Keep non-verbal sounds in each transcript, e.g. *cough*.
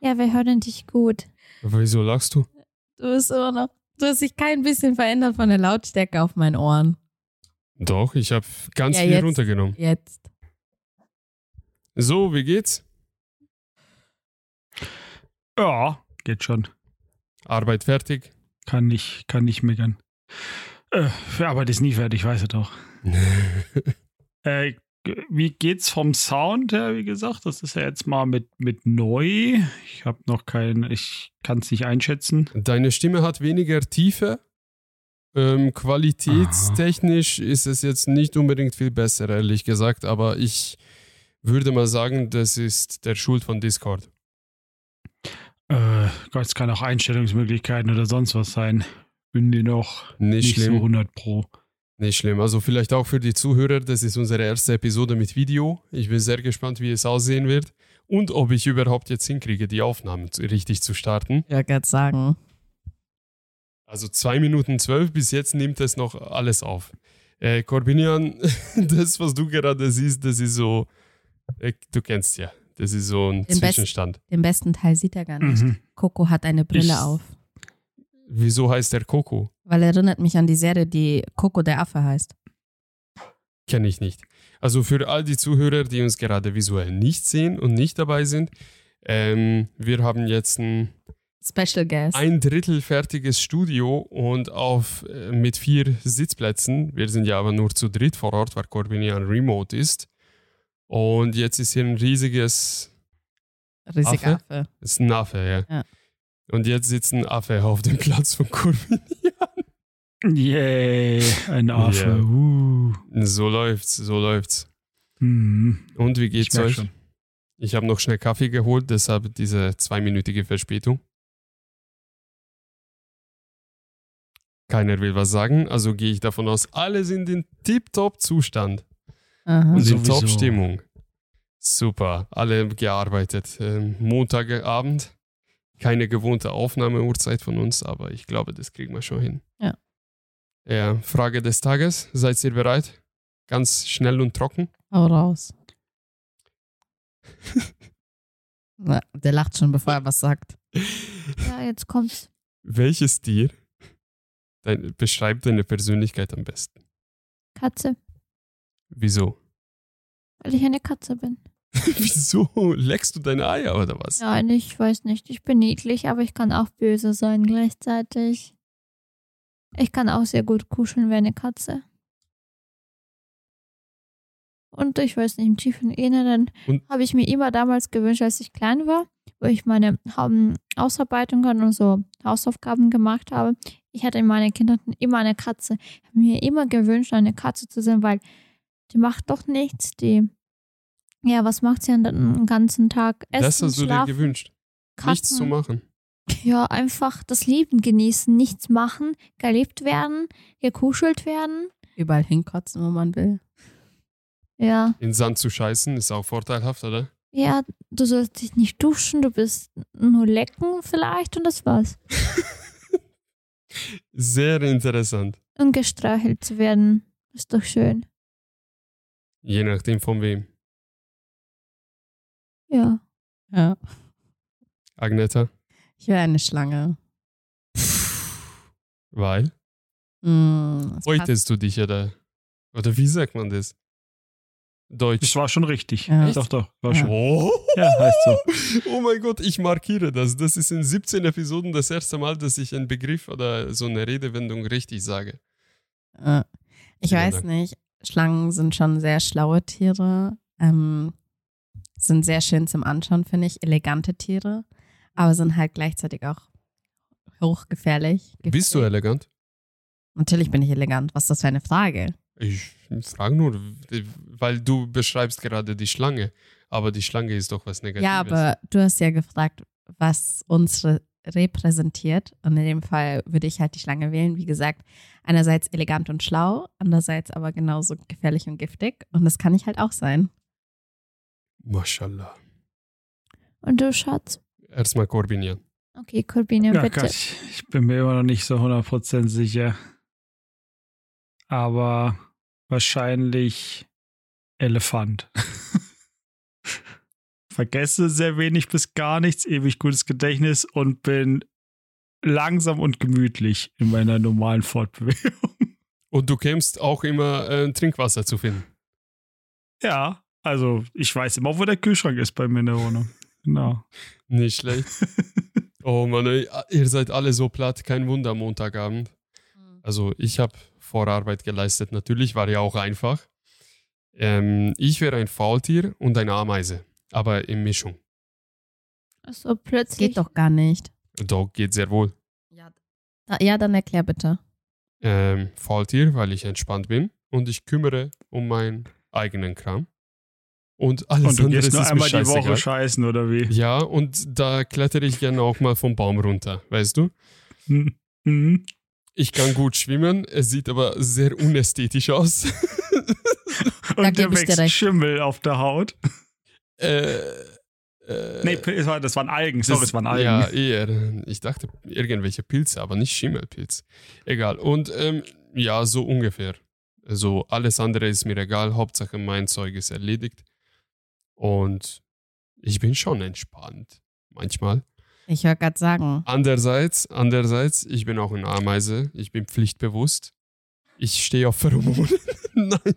Ja, wir hören dich gut. Wieso lachst du? Du bist immer noch. Du hast dich kein bisschen verändert von der Lautstärke auf meinen Ohren. Doch, ich habe ganz Ja, viel jetzt. runtergenommen. Jetzt. So, wie geht's? Ja, geht schon. Arbeit fertig? Kann nicht, kann nicht meckern. Äh, für Arbeit ist nie fertig, weiß er doch. Äh, g- wie geht's vom Sound her, wie gesagt? Das ist ja jetzt mal mit, mit neu. Ich habe noch keinen, ich kann es nicht einschätzen. Deine Stimme hat weniger Tiefe. Ähm, qualitätstechnisch ist es jetzt nicht unbedingt viel besser, ehrlich gesagt, aber ich würde mal sagen, das ist der Schuld von Discord. Äh, Gott, es kann auch Einstellungsmöglichkeiten oder sonst was sein. Bin dir noch Nicht, nicht, so schlimm. 100 Pro. Nicht schlimm. Also vielleicht auch für die Zuhörer, das ist unsere erste Episode mit Video. Ich bin sehr gespannt, wie es aussehen wird und ob ich überhaupt jetzt hinkriege, die Aufnahmen zu, richtig zu starten. Ja, gerade sagen. Also 2 Minuten 12, bis jetzt nimmt es noch alles auf. Äh, Corbinian, *laughs* das, was du gerade siehst, das ist so, äh, du kennst ja, das ist so ein Im Best- Zwischenstand. Den besten Teil sieht er gar nicht. Mhm. Coco hat eine Brille Ich- auf. Wieso heißt der Coco? Weil erinnert mich an die Serie, die Coco der Affe heißt. Kenne ich nicht. Also für all die Zuhörer, die uns gerade visuell nicht sehen und nicht dabei sind, ähm, wir haben jetzt ein Special Guest. ein Drittel fertiges Studio und auf, äh, mit vier Sitzplätzen. Wir sind ja aber nur zu dritt vor Ort, weil Corbinian remote ist. Und jetzt ist hier ein riesiges, Riesig Affe? Affe. ist ein Affe, ja. Ja. Und jetzt sitzt ein Affe auf dem Platz von Corbinian. Yay, Mhm. ein Affe. Yeah. Uh. *laughs* So läuft's, so läuft's. Mhm. Und wie Ich geht's merk euch? schon. Ich habe noch schnell Kaffee geholt, deshalb diese zweiminütige Verspätung. Keiner will was sagen, also gehe ich davon aus, alle sind in Tip-Top-Zustand. Aha. Und in Sowieso. Top-Stimmung. Super, alle gearbeitet. Ähm, Montagabend, keine gewohnte Aufnahmeuhrzeit von uns, aber ich glaube, das kriegen wir schon hin. Ja. Ja, Frage des Tages. Seid ihr bereit? Ganz schnell und trocken. Hau raus. Na, der lacht schon, bevor er was sagt. Ja, jetzt kommt's. *laughs* Welches Tier dein, beschreibt deine Persönlichkeit am besten? Katze, Wieso? weil ich eine Katze bin. *laughs* Wieso? Leckst du deine Eier oder was? Ja, ich weiß nicht. Ich bin niedlich, aber ich kann auch böse sein gleichzeitig. Ich kann auch sehr gut kuscheln wie eine Katze. Und ich weiß nicht, im tiefen Inneren Und- habe ich mir immer damals gewünscht, als ich klein war, wo ich meine ähm, Ausarbeitungen und so Hausaufgaben gemacht habe. Ich hatte in meiner Kindheit immer eine Katze. Ich habe mir immer gewünscht, eine Katze zu sein, weil die macht doch nichts. Die, ja, was macht sie denn den ganzen Tag? Essen, das hast du dir schlafen, gewünscht. Nichts Katzen. zu machen. Ja, einfach das Leben genießen, nichts machen, gelebt werden, gekuschelt werden. Überall hinkotzen, wo man will. Ja, In Sand zu scheißen ist auch vorteilhaft, oder? ja, du sollst dich nicht duschen, du bist nur lecken vielleicht und das war's. Sehr interessant. Und gestreichelt zu werden, ist doch schön. Je nachdem von wem. Ja, Ja. Agneta. Ich wäre eine Schlange. Weil? Mm, es passt- Beutest du dich oder? Oder wie sagt man das? Das Deutsch. war schon richtig. Ja. Doch, doch, war Ja. schon. Oh. Ja, heißt so. oh mein Gott, ich markiere das. Das ist in 17 Episoden das erste Mal, dass ich einen Begriff oder so eine Redewendung richtig sage. Äh, ich Vielen weiß Dank. nicht. Schlangen sind schon sehr schlaue Tiere. Ähm, sind sehr schön zum Anschauen, finde ich. Elegante Tiere. Aber sind halt gleichzeitig auch hochgefährlich. Bist du elegant? Natürlich bin ich elegant. Was ist das für eine Frage? Ich frage nur, weil du beschreibst gerade die Schlange. Aber die Schlange ist doch was Negatives. Ja, aber du hast ja gefragt, was uns re repräsentiert. Und in dem Fall würde ich halt die Schlange wählen. Wie gesagt, einerseits elegant und schlau, andererseits aber genauso gefährlich und giftig. Und das kann ich halt auch sein. Mashallah. und du Schatz? Erstmal Corbinian. Okay, Corbinian, Ja, bitte. Gott, ich ich bin mir immer noch nicht so 100% sicher. Aber wahrscheinlich Elefant. *laughs* vergesse sehr wenig bis gar nichts, ewig gutes Gedächtnis und bin langsam und gemütlich in meiner normalen Fortbewegung. *laughs* Und du kämpfst auch immer äh, Trinkwasser zu finden. Ja, also ich weiß immer, wo der Kühlschrank ist bei mir in der Wohnung. Genau. Nicht *laughs* schlecht. oh Mann, ey, ihr seid alle so platt. Kein Wunder, Montagabend. Also ich habe Vorarbeit geleistet. Natürlich war ja auch einfach. Ähm, ich wäre ein Faultier und eine Ameise, aber in Mischung. Also plötzlich. Geht doch gar nicht. Doch, geht sehr wohl. Ja, da, ja dann erklär bitte. Ähm, Faultier, weil ich entspannt bin und ich kümmere um meinen eigenen Kram. Und alles Und du andere gehst nur ist einmal mir die Woche scheißegal. scheißen, oder wie? Ja, und da klettere ich gerne auch mal vom Baum runter, weißt du? Hm, hm. Ich kann gut schwimmen, es sieht aber sehr unästhetisch aus. Da geb Und dir ich dir wächst recht. Schimmel auf der Haut. äh, äh, Nee, das war- das waren Algen. Sorry, das waren Algen. Ja, eher. Ich dachte irgendwelche Pilze, aber nicht Schimmelpilz. Egal. Und ähm, ja, so ungefähr. Also alles andere ist mir egal. Hauptsache mein Zeug ist erledigt. Und ich bin schon entspannt. Manchmal. Ich höre gerade sagen. Andererseits, andererseits, ich bin auch eine Ameise. Ich bin pflichtbewusst. Ich stehe auf Pheromone. *laughs* Nein.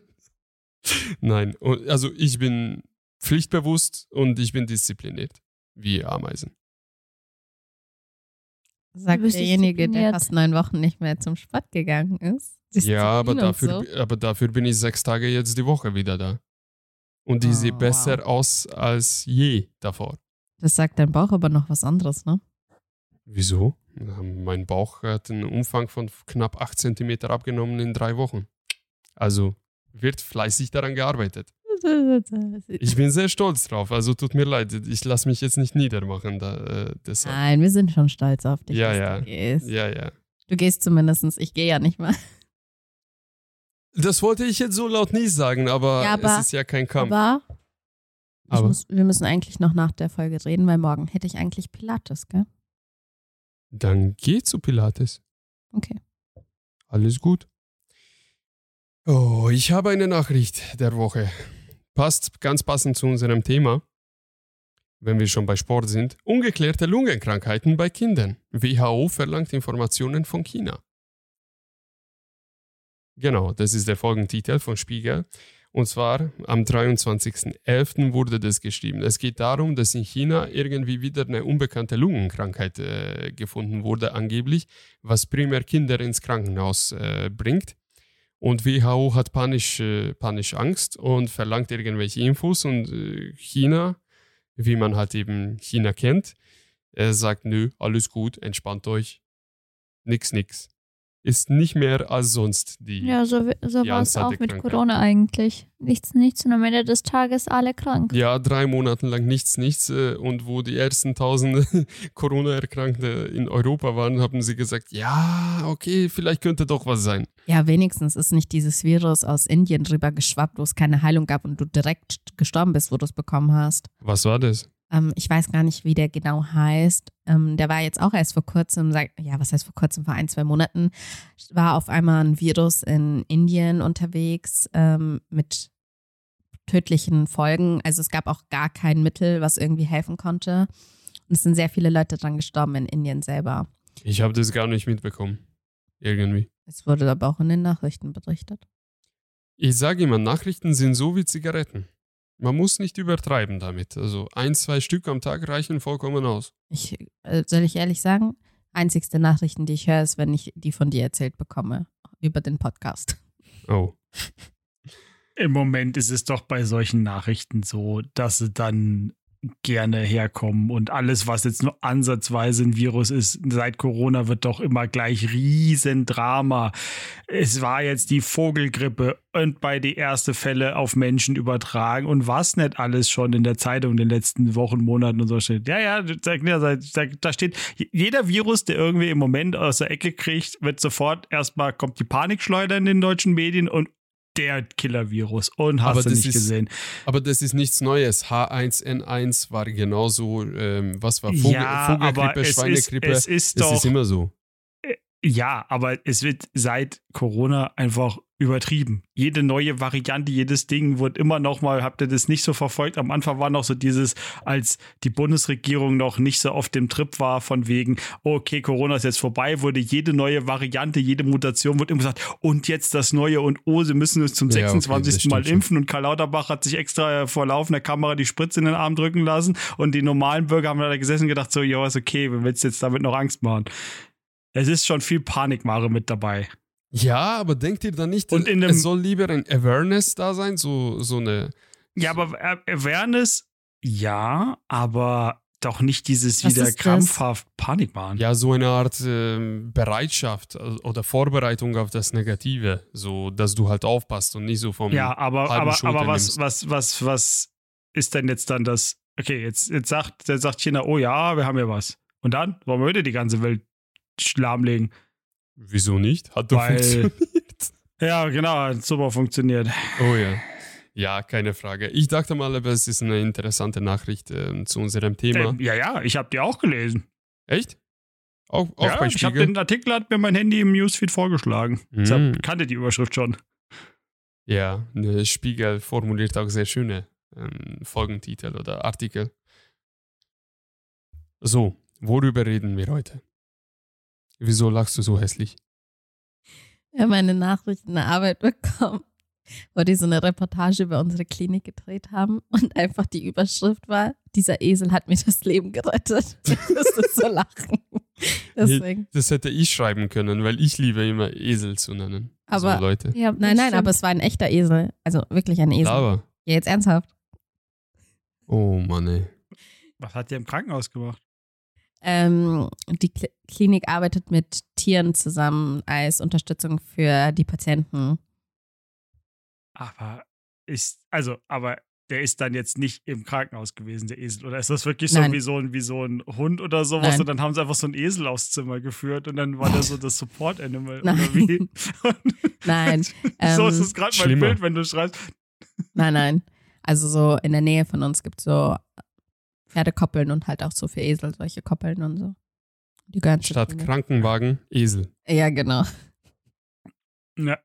Nein. Und, also ich bin pflichtbewusst und ich bin diszipliniert. Wie Ameisen. Sagt Du bist derjenige, der diszipliniert. fast neun Wochen nicht mehr zum Sport gegangen ist. Ja, aber Disziplin und dafür, So. aber dafür bin ich sechs Tage jetzt die Woche wieder da. Und ich Oh, sehe wow. besser aus als je davor. Das sagt dein Bauch aber noch was anderes, ne? Wieso? Mein Bauch hat einen Umfang von knapp 8 cm abgenommen in drei Wochen. Also wird fleißig daran gearbeitet. *laughs* Ich bin sehr stolz drauf, also tut mir leid, ich lasse mich jetzt nicht niedermachen. Da, äh, deshalb. Nein, wir sind schon stolz auf dich. Ja, dass ja. Du gehst, Ja, ja. du gehst zumindest, ich gehe ja nicht mal. Das wollte ich jetzt so laut nie sagen, aber, Ja, aber- es ist ja kein Kampf. Aber, ich Aber- muss, wir müssen eigentlich noch nach der Folge reden, weil morgen hätte ich eigentlich Pilates, gell? Dann geh zu Pilates. Okay. Alles gut. Oh, ich habe eine Nachricht der Woche. Passt ganz passend zu unserem Thema, wenn wir schon bei Sport sind. Ungeklärte Lungenkrankheiten bei Kindern. WHO verlangt Informationen von China. Genau, das ist der Folgentitel von Spiegel. Und zwar am 23.11. wurde das geschrieben. Es geht darum, dass in China irgendwie wieder eine unbekannte Lungenkrankheit äh, gefunden wurde, angeblich was primär Kinder ins Krankenhaus äh, bringt. Und WHO hat panisch, äh, panisch Angst und verlangt irgendwelche Infos. Und äh, China, wie man halt eben China kennt, äh, sagt, nö, alles gut, entspannt euch. Nix, nix. Ist nicht mehr als sonst die. Ja, so, wi- so Die war es Angst hatte auch mit Krankheit. Corona eigentlich. Nichts, nichts und am Ende des Tages alle krank. Ja, drei Monate lang nichts, nichts. äh, Und wo die ersten tausende *laughs* Corona-Erkrankte in Europa waren, haben sie gesagt, ja, okay, vielleicht könnte doch was sein. Ja, wenigstens ist nicht dieses Virus aus Indien rüber geschwappt, wo es keine Heilung gab und du direkt gestorben bist, wo du es bekommen hast. Was war das? Ähm, ich weiß gar nicht, wie der genau heißt. Ähm, der war jetzt auch erst vor kurzem, sag, ja, was heißt vor kurzem, vor ein, zwei Monaten, war auf einmal ein Virus in Indien unterwegs ähm, mit tödlichen Folgen. Also es gab auch gar kein Mittel, was irgendwie helfen konnte. Und es sind sehr viele Leute dran gestorben in Indien selber. Ich habe das gar nicht mitbekommen. Irgendwie. Es wurde aber auch in den Nachrichten berichtet. Ich sage immer, Nachrichten sind so wie Zigaretten. Man muss nicht übertreiben damit. Also ein, zwei Stück am Tag reichen vollkommen aus. Ich, äh, soll ich ehrlich sagen, einzigste Nachrichten, die ich höre, ist, wenn ich die von dir erzählt bekomme über den Podcast. Oh. Im Moment ist es doch bei solchen Nachrichten so, dass sie dann gerne herkommen und alles, was jetzt nur ansatzweise ein Virus ist, seit Corona wird doch immer gleich Riesendrama. Es war jetzt die Vogelgrippe und bei die erste Fälle auf Menschen übertragen und was nicht alles schon in der Zeitung in den letzten Wochen, Monaten und so steht. Ja, ja, da, da, da, da steht, jeder Virus, der irgendwie im Moment aus der Ecke kriegt, wird sofort erstmal, kommt die Panikschleuder in den deutschen Medien und der Killer-Virus und Aber hast du das nicht ist- gesehen. Aber das ist nichts Neues. H1N1 war genauso, ähm, was war Vogel, ja, aber Vogelgrippe, es ist, Schweinegrippe. es ist das doch, ist immer so. ja, aber es wird seit Corona einfach übertrieben. Jede neue Variante, jedes Ding wird immer noch mal, habt ihr das nicht so verfolgt? Am Anfang war noch so dieses, als die Bundesregierung noch nicht so auf dem Trip war, von wegen, okay, Corona ist jetzt vorbei, wurde jede neue Variante, jede Mutation wird immer gesagt, und jetzt das Neue und oh, sie müssen uns zum Ja, okay, 26. das stimmt Mal schon. impfen und Karl Lauterbach hat sich extra äh, vor laufender Kamera die Spritze in den Arm drücken lassen und die normalen Bürger haben da gesessen und gedacht, so, ja, ist okay, wir willst jetzt damit noch Angst machen. Es ist schon viel Panikmare mit dabei. Ja, aber denkt ihr dann nicht, Und in dem- es soll lieber ein Awareness da sein, so, so eine. Ja, aber A- Awareness, ja, aber doch nicht dieses Was wieder ist das? krampfhaft Panik machen. Ja, so eine Art ähm, Bereitschaft äh, oder Vorbereitung auf das Negative, so dass du halt aufpasst und nicht so vom. Ja, aber, halben aber, Schulter aber was, nimmst. was, was, was ist denn jetzt dann das? Okay, jetzt, jetzt sagt, jetzt sagt China, oh ja, wir haben ja was. Und dann, warum würde die ganze Welt lahmlegen? Wieso nicht? Hat doch Weil- funktioniert. *laughs* Ja, genau, hat super funktioniert. Oh ja. Ja, keine Frage. Ich dachte mal, aber es ist eine interessante Nachricht ähm, zu unserem Thema. Ähm, ja, ja, ich habe die auch gelesen. Echt? Auch, auch ja, bei ich habe Spiegel? den Artikel hat mir mein Handy im Newsfeed vorgeschlagen. Mm. Deshalb kannte die Überschrift schon. Ja, ne, Spiegel formuliert auch sehr schöne ähm, Folgentitel oder Artikel. So, worüber reden wir heute? Wieso lachst du so hässlich? Wir haben eine Nachricht in der Arbeit bekommen, wo die so eine Reportage über unsere Klinik gedreht haben und einfach die Überschrift war, dieser Esel hat mir das Leben gerettet. *laughs* Ich musste so lachen. Deswegen. Das hätte ich schreiben können, weil ich liebe immer Esel zu nennen. Aber- so Leute. Ja, Nein, das nein, aber es war ein echter Esel. Also wirklich ein Esel. Aber, Ja, jetzt ernsthaft. oh Mann, ey. Was hat der im Krankenhaus gemacht? Ähm, die Kli- Klinik arbeitet mit Tieren zusammen als Unterstützung für die Patienten. Aber ist, also, aber der ist dann jetzt nicht im Krankenhaus gewesen, der Esel. Oder ist das wirklich so Nein. wie so, ein, wie so ein Hund oder sowas? Nein. Und dann haben sie einfach so einen Esel aufs Zimmer geführt und dann war der so das *laughs* Support-Animal. Nein. Oder wie? *laughs* Und Nein. *laughs* so Ähm, ist es gerade mein schlimmer. Bild, wenn du *laughs* schreibst. Nein, nein. Also so in der Nähe von uns gibt es so Pferdekoppeln und halt auch so für Esel solche Koppeln und so. Die ganze Statt Dinge. Krankenwagen, Esel. Ja, genau. Ja,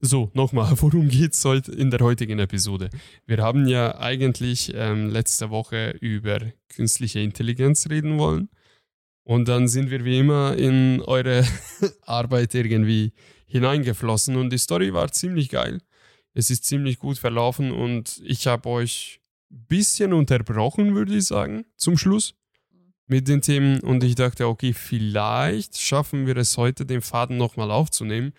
So, nochmal, *laughs* worum geht's heute in der heutigen Episode? Wir haben ja eigentlich ähm, letzte Woche über künstliche Intelligenz reden wollen. Und dann sind wir wie immer in eure *laughs* Arbeit irgendwie hineingeflossen und die Story war ziemlich geil. Es ist ziemlich gut verlaufen und ich habe euch ein bisschen unterbrochen, würde ich sagen, zum Schluss mit den Themen. Und ich dachte, okay, vielleicht schaffen wir es heute, den Faden nochmal aufzunehmen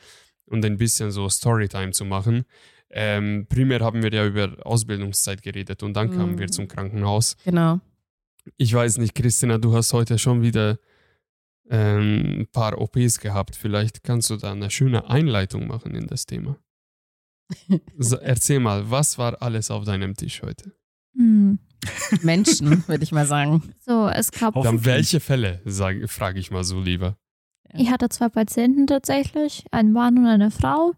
und ein bisschen so Storytime zu machen. Ähm, primär haben wir ja über Ausbildungszeit geredet und dann kamen Mhm. wir zum Krankenhaus. Genau. Ich weiß nicht, Christina, du hast heute schon wieder ähm, ein paar OPs gehabt. Vielleicht kannst du da eine schöne Einleitung machen in das *laughs* Thema. So, erzähl mal, was war alles auf deinem Tisch heute? Hm. *laughs* Menschen, würde ich mal sagen. So, es gab. Hoffentlich. Dann welche Fälle, sage- frage ich mal so lieber. Ich hatte zwei Patienten tatsächlich, einen Mann und eine Frau.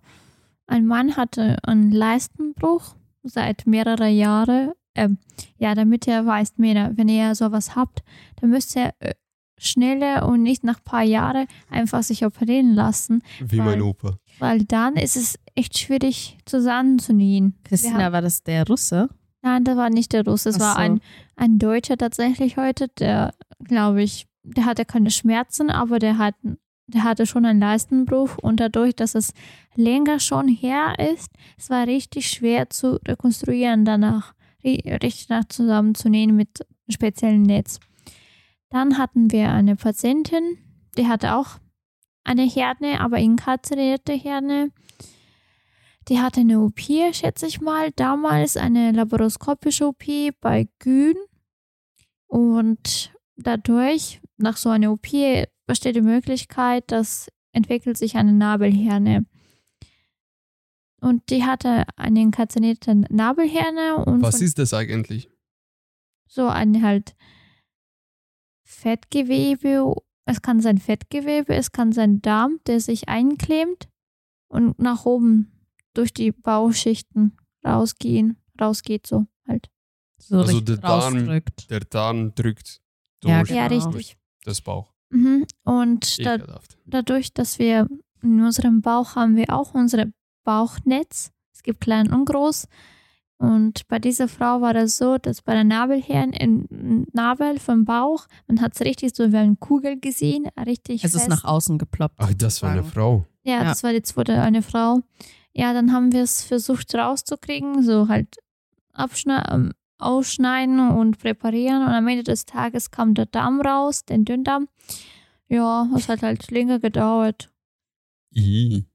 Ein Mann hatte einen Leistenbruch seit mehreren Jahren. Ähm, ja, damit ihr weißt, Männer, wenn ihr sowas habt, dann müsst ihr äh, schneller und nicht nach ein paar Jahren einfach sich operieren lassen, Wie Weil- mein Opa. weil dann ist es echt schwierig zusammenzunähen. Wir Christina, haben- war das der Russe? Nein, das war nicht der Russe, es Ach war so. ein, ein Deutscher tatsächlich heute, der, glaube ich, der hatte keine Schmerzen, aber der, hat, der hatte schon einen Leistenbruch und dadurch, dass es länger schon her ist, es war richtig schwer zu rekonstruieren danach, ri- richtig nach zusammenzunähen mit speziellen Netz. Dann hatten wir eine Patientin, die hatte auch eine Herne, aber inkarzerierte Herne. Die hatte eine OP, schätze ich mal, damals eine laparoskopische OP bei Gün. Und dadurch, nach so einer OP, besteht die Möglichkeit, dass entwickelt sich eine Nabelhirne. Und die hatte eine inkarzinierte Nabelhirne und Was von- ist das eigentlich? so ein halt Fettgewebe. Es kann sein Fettgewebe, es kann sein Darm, der sich einklemmt und nach oben durch die Bauschichten rausgehen, rausgeht so halt. So Also richtig der Darm- rausdrückt. Der Darm drückt durch Ja, Ja, Genau. richtig. das Bauch. Mhm. Und da, Ekelhaft. dadurch, dass wir in unserem Bauch haben wir auch unsere Bauchnetz. Es gibt klein und groß. Und bei dieser Frau war das so, dass bei der Nabelherren im Nabel vom Bauch, man hat es richtig so wie eine Kugel gesehen, richtig Also Es fest. ist nach außen geploppt. Ach, das war eine sozusagen. Frau. Ja, Ja. das war die zweite, eine Frau. Ja, dann haben wir es versucht rauszukriegen, so halt abschne- ähm, ausschneiden und präparieren. Und am Ende des Tages kam der Darm raus, den Dünndarm. Ja, es hat halt länger gedauert. I.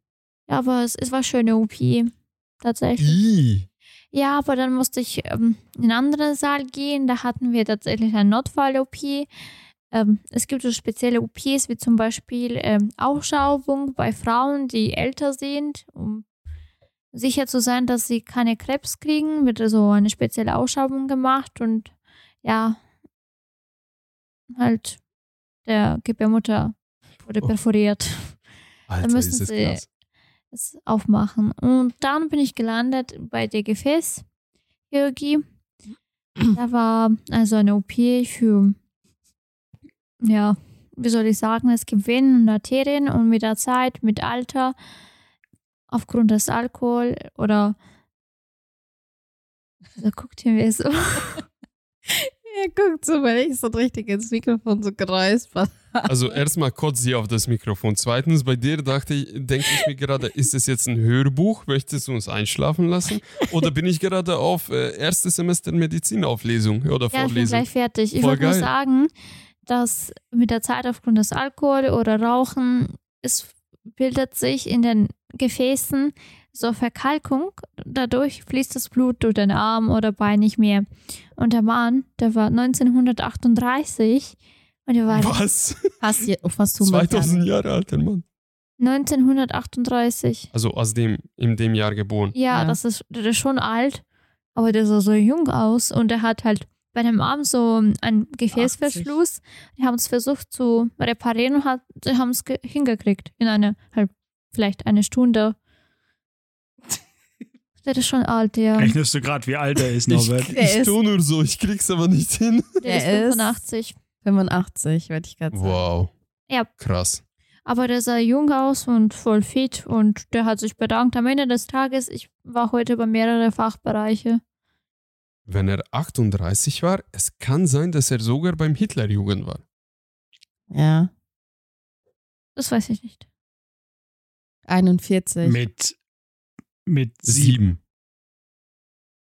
Ja, aber es, es war schöne OP. Tatsächlich. *laughs* I. Ja, aber dann musste ich ähm, in einen anderen Saal gehen. Da hatten wir tatsächlich eine Notfall-OP. Ähm, es gibt so spezielle OPs, wie zum Beispiel ähm, Ausschabung bei Frauen, die älter sind, um sicher zu sein, dass sie keine Krebs kriegen. Wird so eine spezielle Ausschabung gemacht und ja, halt der Gebärmutter wurde Oh. perforiert Alter, müssen ist das sie- krass. es aufmachen. Und dann bin ich gelandet bei der Gefäßchirurgie. Da war also eine OP für, ja, wie soll ich sagen, es gibt Venen und Arterien und mit der Zeit, mit Alter, aufgrund des Alkohol oder da guckt ihr mir so. Ja, guckt so, weil ich so richtig ins Mikrofon so geräuspert. Also erstmal kotzt sie auf das Mikrofon. Zweitens, bei dir dachte ich, denke ich mir gerade, ist es jetzt ein Hörbuch? Möchtest du uns einschlafen lassen? Oder bin ich gerade auf äh, erstes Semester Medizinauflesung Ja, oder ich bin Vorlesung? gleich fertig. Ich Voll wollte nur geil. sagen, dass mit der Zeit aufgrund des Alkohol oder Rauchen, es bildet sich in den Gefäßen so Verkalkung. Dadurch fließt das Blut durch den Arm oder Bein nicht mehr. Und der Mann, der war 1938 und der war Was? Hast du, oh, was du mit 2000 Jahre alter Mann. 1938. Also aus dem, in dem Jahr geboren. Ja, Ja. das ist, der ist schon alt, aber der sah so jung aus und er hat halt bei dem Arm so ähm, einen Gefäßverschluss. Die haben es versucht zu reparieren und hat, die haben es ge- hingekriegt in eine, halt, vielleicht eine Stunde. der ist schon alt, ja. Rechnest du gerade, wie alt er ist, Ich, Norbert? Der ich ist- tu nur so, ich krieg's aber nicht hin. Der ist Der ist- 85. 85, würde ich gerade sagen. Wow. Ja. Krass. Aber der sah jung aus und voll fit und der hat sich bedankt. Am Ende des Tages, ich war heute über mehrere Fachbereiche. Wenn er 38 war, es kann sein, dass er sogar beim Hitlerjugend war. Ja. Das weiß ich nicht. 41. Mit, mit sieben. Sieben.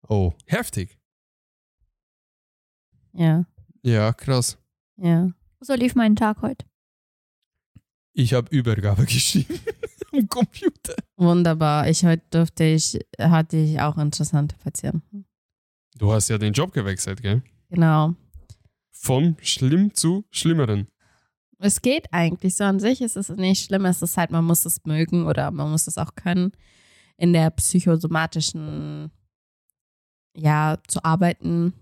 Oh, heftig. Ja, Ja, krass. ja. So lief mein Tag heute. Ich habe Übergabe *laughs* geschrieben am Computer. Wunderbar. Ich heute durfte ich, hatte ich auch interessante Patienten. Du hast ja den Job gewechselt, gell? Genau. Vom schlimm zu schlimmeren. Es geht eigentlich so an sich, ist es ist nicht schlimm, es ist halt, man muss es mögen oder man muss es auch können, in der psychosomatischen, ja, zu arbeiten.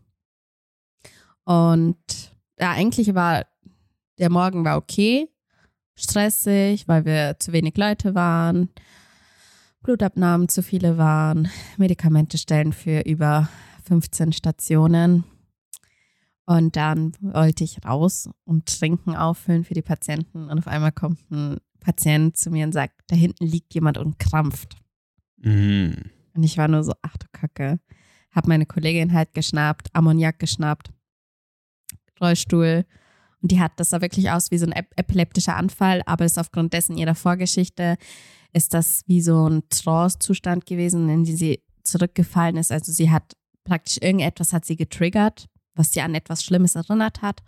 Und ja, eigentlich war der Morgen war okay, stressig, weil wir zu wenig Leute waren, Blutabnahmen zu viele waren, Medikamente stellen für über 15 Stationen. Und dann wollte ich raus und Trinken auffüllen für die Patienten. Und auf einmal kommt ein Patient zu mir und sagt, da hinten liegt jemand und krampft. Mhm. Und ich war nur so, ach du Kacke. Hab meine Kollegin halt geschnappt, Ammoniak geschnappt, Rollstuhl. Und die hat, das sah wirklich aus wie so ein ep- epileptischer Anfall, aber ist aufgrund dessen ihrer Vorgeschichte, ist das wie so ein Trance-Zustand gewesen, in den sie zurückgefallen ist. Also sie hat praktisch irgendetwas hat sie getriggert, was sie an etwas Schlimmes erinnert hat.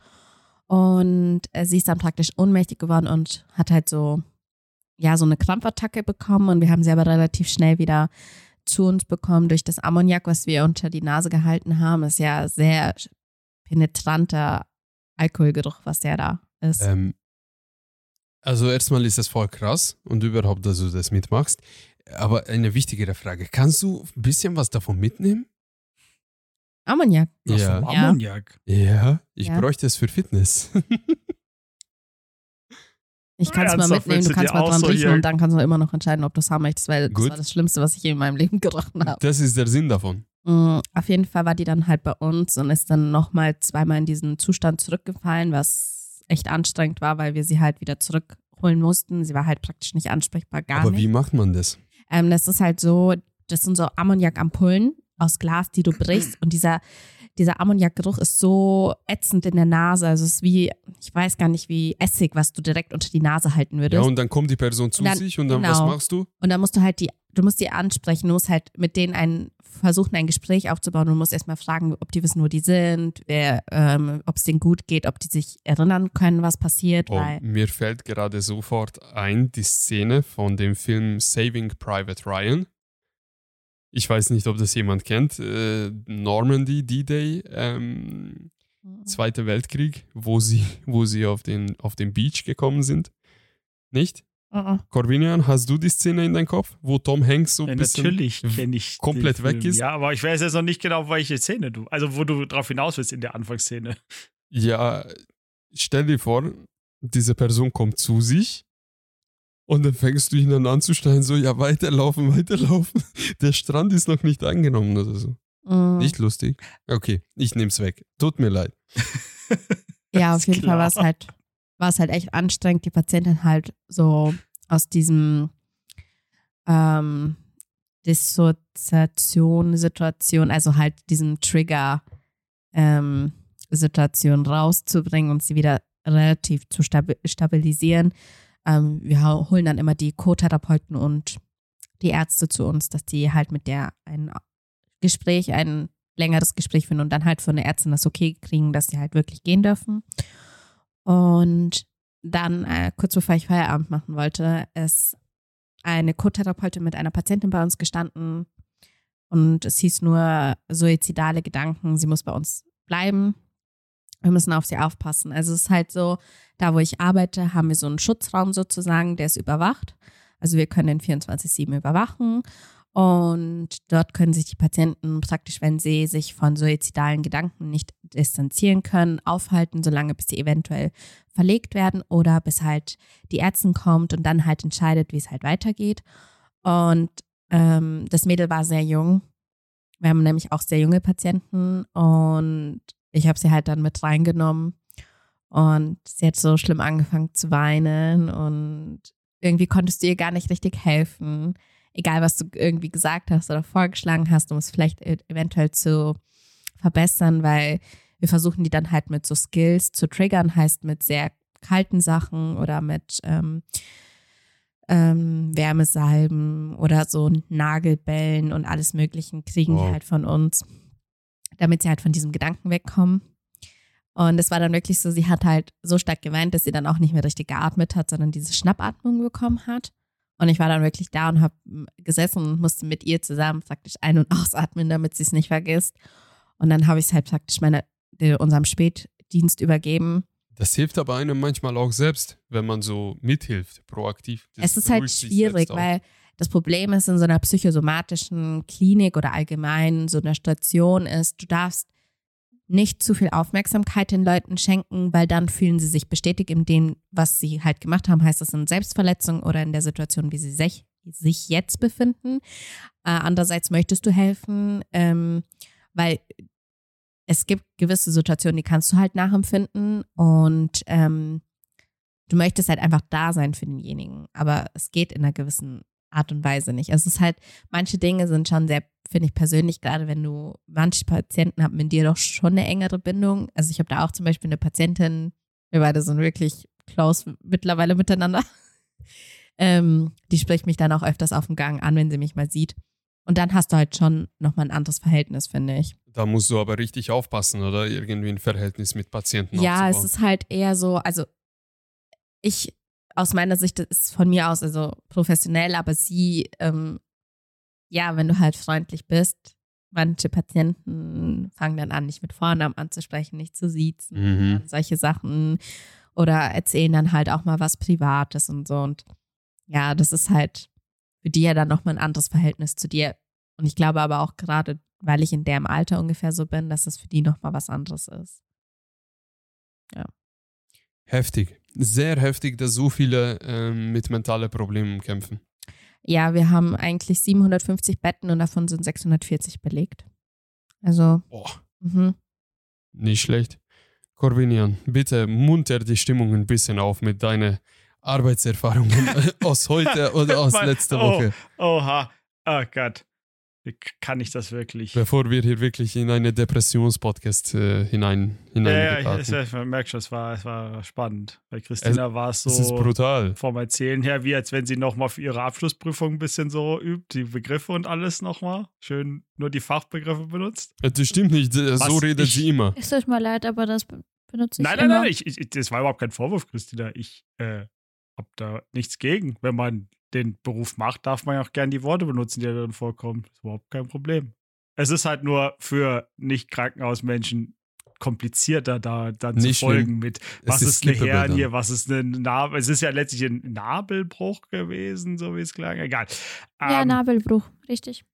Und äh, sie ist dann praktisch ohnmächtig geworden und hat halt so, ja, so eine Krampfattacke bekommen. Und wir haben sie aber relativ schnell wieder zu uns bekommen durch das Ammoniak, was wir unter die Nase gehalten haben. Ist ja sehr penetranter Alkoholgeruch, was der da ist. Ähm, also erstmal ist es voll krass und überhaupt, dass du das mitmachst. Aber eine wichtigere Frage, kannst du ein bisschen was davon mitnehmen? Ammoniak. Aus Ja. dem Oh, Ammoniak. Ja, ich Ja. bräuchte es für Fitness. Ich kann es mal Ernsthaft, mitnehmen, willst du du kannst dir mal auch dran so riechen hier- und dann kannst du immer noch entscheiden, ob du es haben möchtest, weil Gut. das war das Schlimmste, was ich je in meinem *laughs* Leben gerochen habe. *laughs* Das ist der Sinn davon. Mm, Auf jeden Fall war die dann halt bei uns und ist dann nochmal zweimal in diesen Zustand zurückgefallen, was echt anstrengend war, weil wir sie halt wieder zurückholen mussten. Sie war halt praktisch nicht ansprechbar, gar aber nicht. wie macht man das? Ähm, das ist halt so, das sind so Ammoniakampullen aus Glas, die du brichst und dieser dieser Ammoniakgeruch ist so ätzend in der Nase. Also es ist wie, ich weiß gar nicht, wie Essig, was du direkt unter die Nase halten Ja, würdest. und dann kommt die Person zu Dann- sich und dann, genau. was machst du? Und dann musst du halt die, du musst die ansprechen, du musst halt mit denen ein, versuchen, ein Gespräch aufzubauen. Du musst erstmal fragen, ob die wissen, wo die sind, wer, ähm, ob es denen gut geht, ob die sich erinnern können, was passiert. Oh, Weil, mir fällt gerade sofort ein, die Szene von dem Film Saving Private Ryan. Ich weiß nicht, ob das jemand kennt. Äh, Normandy, D-Day, ähm, Zweiter Weltkrieg, wo sie, wo sie auf, den, auf den Beach gekommen sind. Nicht? Mhm. Corvinian, hast du die Szene in deinem Kopf, wo Tom Hanks so Ja, ein bisschen. Äh, natürlich kenne ich. den komplett Film. weg ist. Ja, aber ich weiß jetzt noch nicht genau, welche Szene du. Also, wo du drauf hinaus willst in der Anfangsszene. Ja, stell dir vor, diese Person kommt zu sich und dann fängst du ihn dann anzuschreien, so, ja, weiterlaufen, *laughs* weiterlaufen. Der Strand ist noch nicht angenommen oder so. Mhm. Nicht lustig. Okay, ich nehm's weg. Tut mir leid. Ja, Ist auf jeden Fall war es klar. halt, war es halt echt anstrengend, die Patientin halt so aus diesem ähm, Dissoziation, Situation, also halt diesem Trigger ähm, Situation rauszubringen und sie wieder relativ zu stabi stabilisieren. Ähm, wir hau- holen dann immer die Co-Therapeuten und die Ärzte zu uns, dass die halt mit der ein Gespräch, ein längeres Gespräch finden und dann halt von der Ärztin das okay kriegen, dass sie halt wirklich gehen dürfen. Und dann, äh, kurz bevor ich Feierabend machen wollte, ist eine Co-Therapeutin mit einer Patientin bei uns gestanden und es hieß nur suizidale Gedanken, sie muss bei uns bleiben. Wir müssen auf sie aufpassen. Also es ist halt so, da wo ich arbeite, haben wir so einen Schutzraum sozusagen, der ist überwacht. Also wir können den 24-7 überwachen. Und dort können sich die Patienten praktisch, wenn sie sich von suizidalen Gedanken nicht distanzieren können, aufhalten, solange bis sie eventuell verlegt werden oder bis halt die Ärztin kommt und dann halt entscheidet, wie es halt weitergeht. Und ähm, das Mädel war sehr jung. Wir haben nämlich auch sehr junge Patienten und ich habe sie halt dann mit reingenommen und sie hat so schlimm angefangen zu weinen und irgendwie konntest du ihr gar nicht richtig helfen. Egal, was du irgendwie gesagt hast oder vorgeschlagen hast, um es vielleicht e- eventuell zu verbessern, weil wir versuchen die dann halt mit so Skills zu triggern, heißt mit sehr kalten Sachen oder mit ähm, ähm, Wärmesalben oder so Nagelbällen und alles Möglichen kriegen Wow. die halt von uns, damit sie halt von diesem Gedanken wegkommen. Und es war dann wirklich so, sie hat halt so stark geweint, dass sie dann auch nicht mehr richtig geatmet hat, sondern diese Schnappatmung bekommen hat. Und ich war dann wirklich da und habe gesessen und musste mit ihr zusammen praktisch ein- und ausatmen, damit sie es nicht vergisst. Und dann habe ich es halt praktisch meiner, de- unserem Spätdienst übergeben. Das hilft aber einem manchmal auch selbst, wenn man so mithilft, proaktiv. Das es ist halt beruhigt sich schwierig, selbst auch. weil das Problem ist, in so einer psychosomatischen Klinik oder allgemein so einer Station ist, du darfst nicht zu viel Aufmerksamkeit den Leuten schenken, weil dann fühlen sie sich bestätigt in dem, was sie halt gemacht haben. Heißt das in Selbstverletzung oder in der Situation, wie sie sich, sich jetzt befinden. Äh, andererseits möchtest du helfen, ähm, weil es gibt gewisse Situationen, die kannst du halt nachempfinden und ähm, du möchtest halt einfach da sein für denjenigen, aber es geht in einer gewissen Art und Weise nicht. Also es ist halt, manche Dinge sind schon sehr, finde ich persönlich, gerade wenn du, manche Patienten haben mit dir doch schon eine engere Bindung. Also ich habe da auch zum Beispiel eine Patientin, wir beide sind wirklich close mittlerweile miteinander. *laughs* Ähm, die spricht mich dann auch öfters auf dem Gang an, wenn sie mich mal sieht. Und dann hast du halt schon nochmal ein anderes Verhältnis, finde ich. Da musst du aber richtig aufpassen, oder? Irgendwie ein Verhältnis mit Patienten Ja, es aufzubauen. ist halt eher so, also ich, aus meiner Sicht das ist von mir aus, also professionell, aber sie, ähm, ja, wenn du halt freundlich bist, manche Patienten fangen dann an, dich mit Vornamen anzusprechen, nicht zu siezen, Mhm. und solche Sachen oder erzählen dann halt auch mal was Privates und so und ja, das ist halt für die ja dann nochmal ein anderes Verhältnis zu dir und ich glaube aber auch gerade, weil ich in deren Alter ungefähr so bin, dass es für die nochmal was anderes ist. Heftig. Sehr heftig, dass so viele ähm, mit mentalen Problemen kämpfen. Ja, wir haben eigentlich 750 Betten und davon sind 640 belegt. Also, Boah. mhm. Nicht schlecht. Corvinian, bitte munter die Stimmung ein bisschen auf mit deiner *laughs* Arbeitserfahrungen aus heute oder aus Mann, letzter oh. Woche, Oha. Oh Gott. Kann ich das wirklich? bevor wir hier wirklich in eine Depressionspodcast äh, hinein Ja, ja, hineingeraten. ich, ich, ich merke schon, es war, es war spannend. Bei Christina war es das ist so brutal. vom Erzählen her, wie als wenn sie nochmal für ihre Abschlussprüfung ein bisschen so übt, die Begriffe und alles nochmal. Schön nur die Fachbegriffe benutzt. Ja, Das stimmt nicht, äh, so Was redet ich- sie immer. Es tut mir leid, aber das be- benutze ich nein, nein, immer. nein, ich, ich, das war überhaupt kein Vorwurf, Christina. Ich äh, hab da nichts gegen. Wenn man den Beruf macht, darf man ja auch gern die Worte benutzen, die da drin vorkommen. Ist überhaupt kein Problem. Es ist halt nur für Nicht-Krankenhausmenschen komplizierter, da dann Nicht zu schlimm. folgen mit Es Was ist, eine skippable dann. Hernie? Was ist eine Nabel? Es ist ja letztlich ein Nabelbruch gewesen, so wie es klang. Egal. Ja, Ähm, Nabelbruch, richtig.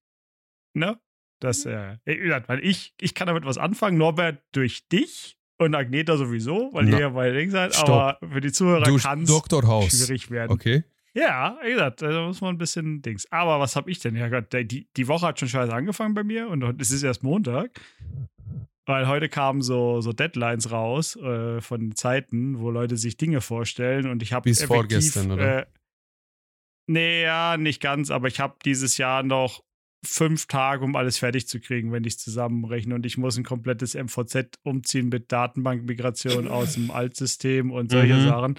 ne? Das, äh, wie gesagt, weil ich, ich kann damit was anfangen. Norbert durch dich und Agneta sowieso, weil Na. ihr ja bei Ding seid. Stopp. Aber für die Zuhörer Durch kann es Dr. House. schwierig werden. Okay. Ja, wie gesagt, da muss man ein bisschen Dings. Aber was habe ich denn? Ja Gott, der- die, die Woche hat schon scheiße angefangen bei mir und heute- es ist erst Montag. Weil heute kamen so, so Deadlines raus äh, von Zeiten, wo Leute sich Dinge vorstellen und ich habe Bis vorgestern, oder? Äh, nee, ja, nicht ganz, aber ich habe dieses Jahr noch fünf Tage, um alles fertig zu kriegen, wenn ich es zusammenrechne. Und ich muss ein komplettes MVZ umziehen mit Datenbankmigration *laughs* aus dem Altsystem und solche Mhm. Sachen.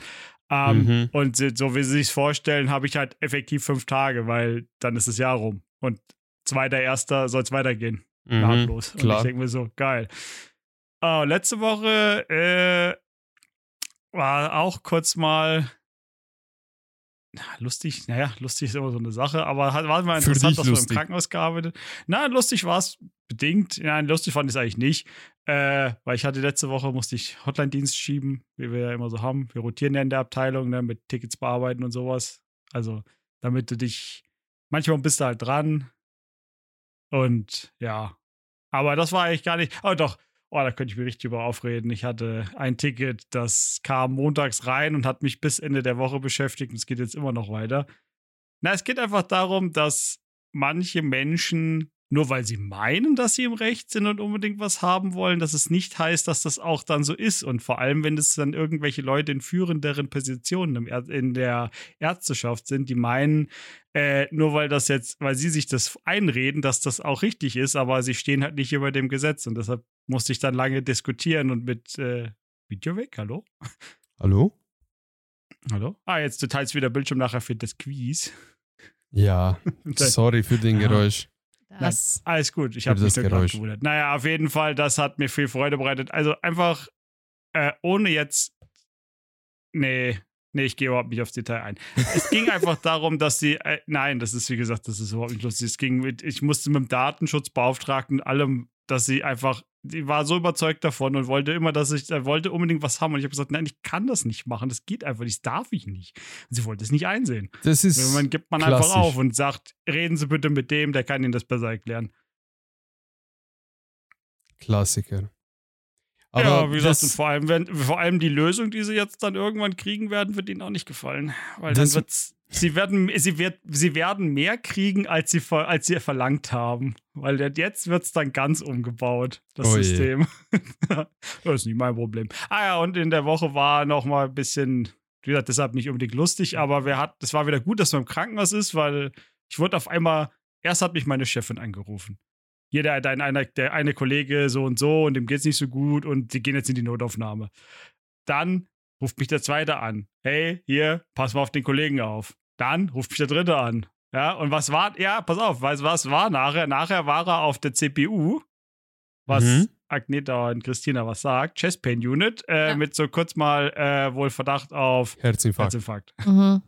Ähm, Mhm. Und so- so wie sie sich vorstellen, habe ich halt effektiv fünf Tage, weil dann ist das Jahr rum. Und zweiter, erster soll es weitergehen. Mhm. nahtlos. Und klar. ich denke mir so, geil. Ah, letzte Woche äh, war auch kurz mal na, lustig, naja, lustig ist immer so eine Sache, aber hat, war mal Für interessant, dich dass wir im lustig. Krankenhaus gearbeitet Na, lustig war es bedingt. Nein, lustig fand ich es eigentlich nicht. Äh, weil ich hatte letzte Woche, musste ich Hotline-Dienst schieben, wie wir ja immer so haben. Wir rotieren ja in der Abteilung, ne, mit Tickets bearbeiten und sowas. Also, damit du dich, manchmal bist du halt dran. Und ja. Aber das war eigentlich gar nicht. Oh doch, oh, da könnte ich mir richtig über aufreden. Ich hatte ein Ticket, das kam montags rein und hat mich bis Ende der Woche beschäftigt und es geht jetzt immer noch weiter. Na, es geht einfach darum, dass manche Menschen, nur weil sie meinen, dass sie im Recht sind und unbedingt was haben wollen, dass es nicht heißt, dass das auch dann so ist. Und vor allem, wenn es dann irgendwelche Leute in führenderen Positionen im Ärz- in der Ärzteschaft sind, die meinen, äh, nur weil das jetzt, weil sie sich das einreden, dass das auch richtig ist, aber sie stehen halt nicht über dem Gesetz. Und deshalb musste ich dann lange diskutieren und mit äh, Video weg, hallo? Hallo? Hallo? Ah, jetzt du teilst wieder Bildschirm nachher für das Quiz. Ja, sorry für den Ja. Geräusch. Das, Alles gut, ich habe Oder mich das nur gerade Geräusch. gewundert. Naja, auf jeden Fall, das hat mir viel Freude bereitet. Also einfach äh, ohne jetzt. Nee, nee, ich gehe überhaupt nicht aufs Detail ein. *laughs* Es ging einfach darum, dass sie. Äh, nein, das ist wie gesagt, das ist überhaupt nicht lustig. Es ging mit, ich musste mit dem Datenschutzbeauftragten und allem, dass sie einfach. Die war so überzeugt davon und wollte immer, dass ich, äh, wollte unbedingt was haben. Und ich habe gesagt, nein, ich kann das nicht machen. Das geht einfach, nicht, das darf ich nicht. Und sie wollte es nicht einsehen. Das ist. Wenn man gibt man klassisch. einfach auf und sagt, reden Sie bitte mit dem, der kann Ihnen das besser erklären. Klassiker. ja, wie gesagt, und das, vor allem, wenn, vor allem die Lösung, die sie jetzt dann irgendwann kriegen werden, wird ihnen auch nicht gefallen. Weil dann Das- wird's, sie werden, sie wird, sie werden mehr kriegen, als sie, ver- als sie verlangt haben. Weil jetzt wird es dann ganz umgebaut, das Oh je. System. *laughs* das ist nicht mein Problem. Ah ja, und in der Woche war noch mal ein bisschen, wie gesagt, deshalb nicht unbedingt lustig, aber wir hat, es war wieder gut, dass man im Krankenhaus ist, weil ich wurde auf einmal, erst hat mich meine Chefin angerufen jeder, dein einer, der eine Kollege so und so und dem geht's nicht so gut und die gehen jetzt in die Notaufnahme. Dann ruft mich der zweite an. Hey, hier, pass mal auf den Kollegen auf. Dann ruft mich der dritte an. Ja, und was war, ja, pass auf, weißt du, was war nachher? Nachher war er auf der CPU, was Mhm. Agneta und Christina was sagt, Chest Pain Unit, äh, Ja. mit so kurz mal äh, wohl Verdacht auf Herzinfarkt. Herzinfarkt. mhm.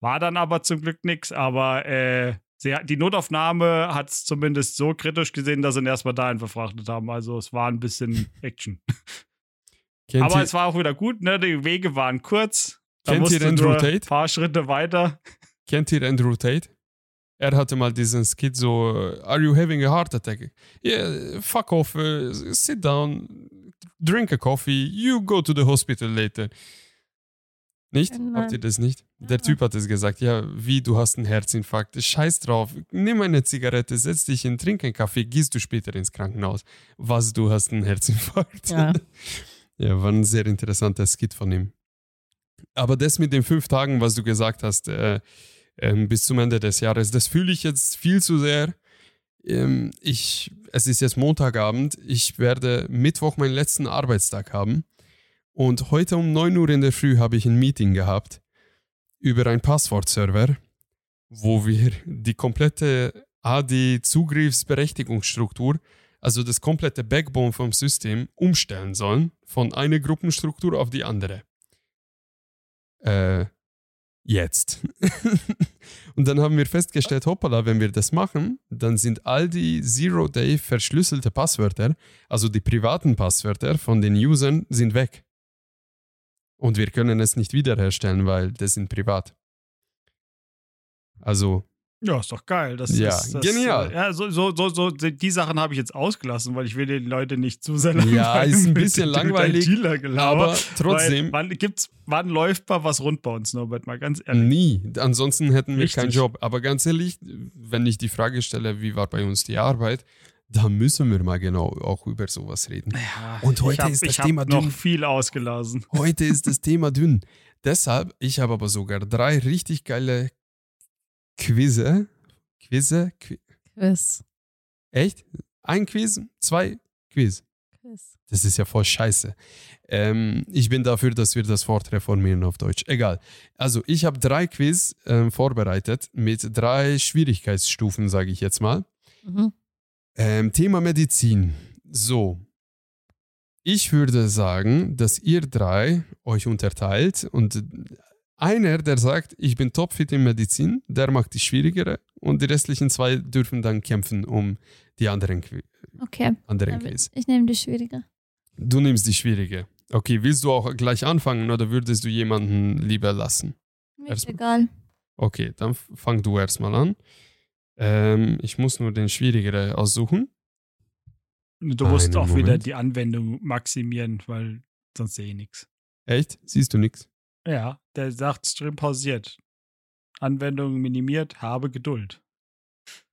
War dann aber zum Glück nix, aber äh, sie, hat- die Notaufnahme hat es zumindest so kritisch gesehen, dass sie ihn erstmal dahin verfrachtet haben. Also es war ein bisschen Action. Kennt aber ihr- es war auch wieder gut, ne? Die Wege waren kurz. Da Kennt ihr musste Andrew nur ein Tate? paar Schritte weiter. Kennt ihr Andrew Tate? Er hatte mal diesen Skit so, äh, are you having a heart attack? Yeah, fuck off, äh, sit down, drink a coffee, you go to the hospital later. Nicht? Nein. Habt ihr das nicht? Der Ja. Typ hat es gesagt, ja, wie, du hast einen Herzinfarkt, scheiß drauf, nimm eine Zigarette, setz dich hin, trink einen Kaffee, gehst du später ins Krankenhaus. Was, *laughs* du hast einen Herzinfarkt? Ja. ja war ein sehr interessanter Skit von ihm. Aber das mit den fünf Tagen, was du gesagt hast, äh, ähm, bis zum Ende des Jahres, das fühle ich jetzt viel zu sehr. Ähm, ich, es ist jetzt Montagabend, ich werde Mittwoch meinen letzten Arbeitstag haben. Und heute um 9 Uhr in der Früh habe ich ein Meeting gehabt über einen Passwortserver, wo wir die komplette AD-Zugriffsberechtigungsstruktur, also das komplette Backbone vom System, umstellen sollen von einer Gruppenstruktur auf die andere. Äh, jetzt. *laughs* Und dann haben wir festgestellt, hoppala, wenn wir das machen, dann sind all die Zero-Day verschlüsselte Passwörter, also die privaten Passwörter von den Usern, sind weg. Und wir können es nicht wiederherstellen, weil das sind privat. Also, Ja, ist doch geil. Das Ja, ist, das, genial. äh, Ja, so, so, so, so, die die Sachen habe ich jetzt ausgelassen, weil ich will den Leuten nicht zu sehr langweilen. Ja, ist ein mit- bisschen mit langweilig, IT-Gelaber. aber trotzdem Weil, wann, gibt's, wann läuft mal was rund bei uns, Norbert? Mal ganz Hm. ehrlich. nie. Ansonsten hätten wir keinen Richtig. Job. Aber ganz ehrlich, wenn ich die Frage stelle, wie war bei uns die Arbeit, da müssen wir mal genau auch über sowas *laughs* reden. Ja, Und heute ich hab, ist das ich hab Thema noch dünn. viel ausgelassen. Heute ist das Thema dünn. Deshalb, ich habe aber sogar drei richtig geile Quizze. Quizze? Qui Quiz. Echt? Ein Quiz? Zwei Quiz. Quiz. Das ist ja voll scheiße. Ähm, ich bin dafür, dass wir das Wort reformieren auf Deutsch. Egal. Also, ich habe drei Quiz ähm, vorbereitet mit drei Schwierigkeitsstufen, sage ich jetzt mal. Mhm. Ähm, Thema Medizin. So. Ich würde sagen, dass ihr drei euch unterteilt und einer, der sagt, ich bin topfit in Medizin, der macht die schwierigere und die restlichen zwei dürfen dann kämpfen um die anderen, Qui- Okay, dann, anderen Quiz. ich nehme die schwierige. Du nimmst die schwierige. Okay, willst du auch gleich anfangen oder würdest du jemanden lieber lassen? Mir ist Erstmal- egal. Okay, dann f- fang du erstmal an. Ähm, ich muss nur den schwierigere aussuchen. Du musst Einen auch wieder Moment. die Anwendung maximieren, weil sonst sehe ich nichts. Echt? Siehst du nichts? Ja, der sagt, Stream pausiert. Anwendung minimiert, habe Geduld.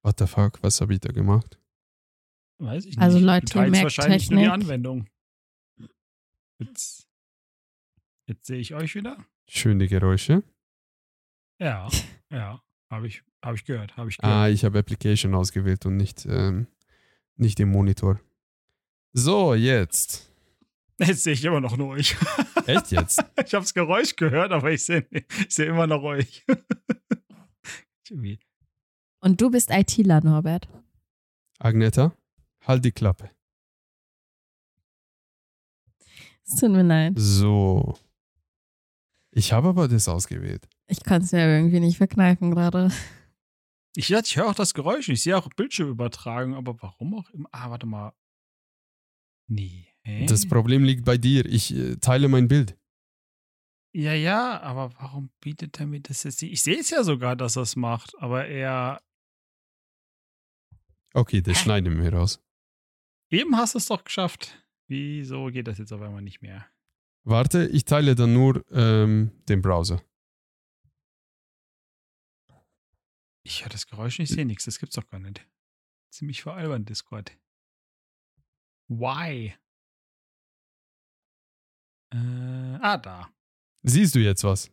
What the fuck, was habe ich da gemacht? Weiß ich Also nicht. Leute, du teilst merkt wahrscheinlich nur die Technik. Anwendung. Jetzt, jetzt sehe ich euch wieder. Schöne Geräusche. *laughs* Ja, ja. Habe ich, hab ich gehört, habe ich Ah, gehört. ich habe Application ausgewählt und nicht, ähm, nicht den Monitor. So, jetzt. *laughs* Jetzt sehe ich immer noch nur euch. *laughs* Echt jetzt? Ich habe das Geräusch gehört, aber ich sehe ich sehe immer noch euch. *laughs* Irgendwie. Und du bist ITler, Norbert. Agneta, halt die Klappe. Es tut mir leid. So. Ich habe aber das ausgewählt. Ich kann es mir irgendwie nicht verkneifen gerade. Ich, dachte, ich höre auch das Geräusch, ich sehe auch Bildschirmübertragung, aber warum auch immer? Ah, warte mal. Nee. Hä? Das Problem liegt bei dir. Ich äh, teile mein Bild. Ja, ja, aber warum bietet er mir das jetzt nicht? Ich sehe es ja sogar, dass er es macht, aber er. Okay, das schneiden wir raus. Eben hast du es doch geschafft. Wieso geht das jetzt auf einmal nicht mehr? Warte, ich teile dann nur ähm, den Browser. Ich höre das Geräusch nicht, ich sehe nichts. Das gibt's doch gar nicht. Ziemlich veralbern, Discord. Why? Äh, ah, da. Siehst du jetzt was?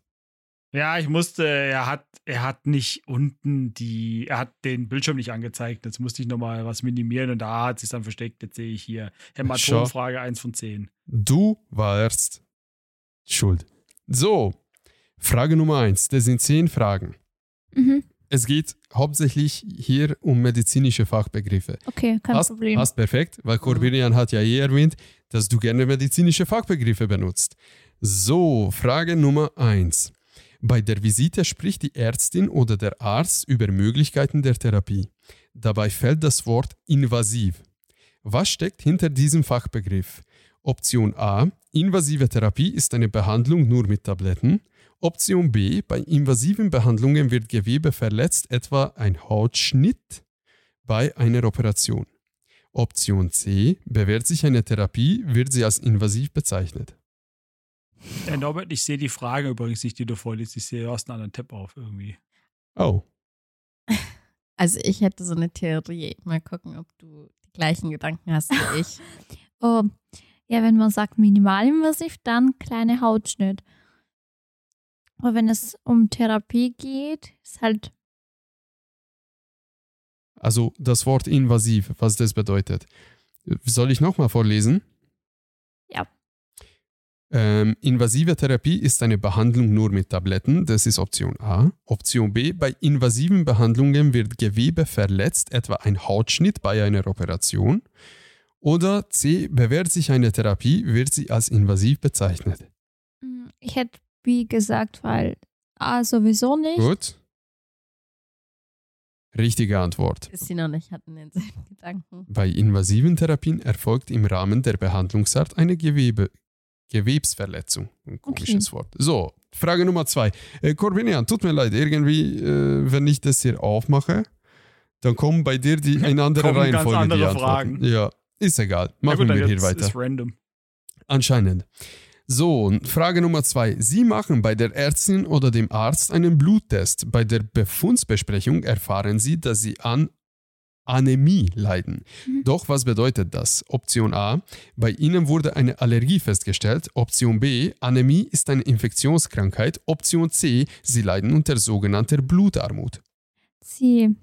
Ja, ich musste, er hat, er hat nicht unten die, er hat den Bildschirm nicht angezeigt. Jetzt musste ich nochmal was minimieren und da hat sich dann versteckt. Jetzt sehe ich hier Schau. Hämatomfrage 1 von 10. Du warst schuld. So, Frage Nummer eins. Das sind zehn Fragen. Mhm. Es geht hauptsächlich hier um medizinische Fachbegriffe. Okay, kein passt, Problem. passt perfekt, weil Corbinian hat ja eh erwähnt, dass du gerne medizinische Fachbegriffe benutzt. So, Frage Nummer eins. Bei der Visite spricht die Ärztin oder der Arzt über Möglichkeiten der Therapie. Dabei fällt das Wort invasiv. Was steckt hinter diesem Fachbegriff? Option A. Invasive Therapie ist eine Behandlung nur mit Tabletten. Option B. Bei invasiven Behandlungen wird Gewebe verletzt, etwa ein Hautschnitt bei einer Operation. Option C. Bewährt sich eine Therapie, wird sie als invasiv bezeichnet. Äh, Norbert, ich sehe die Frage übrigens nicht, die du vorliest. Ich sehe, du hast einen anderen Tab auf irgendwie. Oh, Also ich hätte so eine Theorie. Mal gucken, ob du die gleichen Gedanken hast wie *laughs* ich. Oh, ja, wenn man sagt minimalinvasiv, dann kleine Hautschnitt. Aber wenn es um Therapie geht, ist halt, Also das Wort invasiv, was das bedeutet. Soll ich nochmal vorlesen? Ja. Ähm, invasive Therapie ist eine Behandlung nur mit Tabletten, das ist Option A. Option B, bei invasiven Behandlungen wird Gewebe verletzt, etwa ein Hautschnitt bei einer Operation. Oder C, bewährt sich eine Therapie, wird sie als invasiv bezeichnet. mm, ich hätte wie gesagt, weil A sowieso nicht. Gut. Richtige Antwort. Christine und ich hatten denselben Gedanken. Bei invasiven Therapien erfolgt im Rahmen der Behandlungsart eine Gewebe Gewebsverletzung. Ein komisches Wort. So, Frage Nummer zwei. Äh, Corbinian, tut mir leid, irgendwie, äh, wenn ich das hier aufmache, dann kommen bei dir die *laughs* eine andere Kommen ganz Reihenfolge. andere die Antworten. Fragen. Ja, ist egal. Na Machen gut, wir dann hier ist- weiter. Ist random. Anscheinend. So, Frage Nummer zwei. Sie machen bei der Ärztin oder dem Arzt einen Bluttest. Bei der Befundsbesprechung erfahren Sie, dass Sie an Anämie leiden. Mhm. Doch was bedeutet das? Option A. Bei Ihnen wurde eine Allergie festgestellt. Option B. Anämie ist eine Infektionskrankheit. Option C. Sie leiden unter sogenannter Blutarmut. Sie.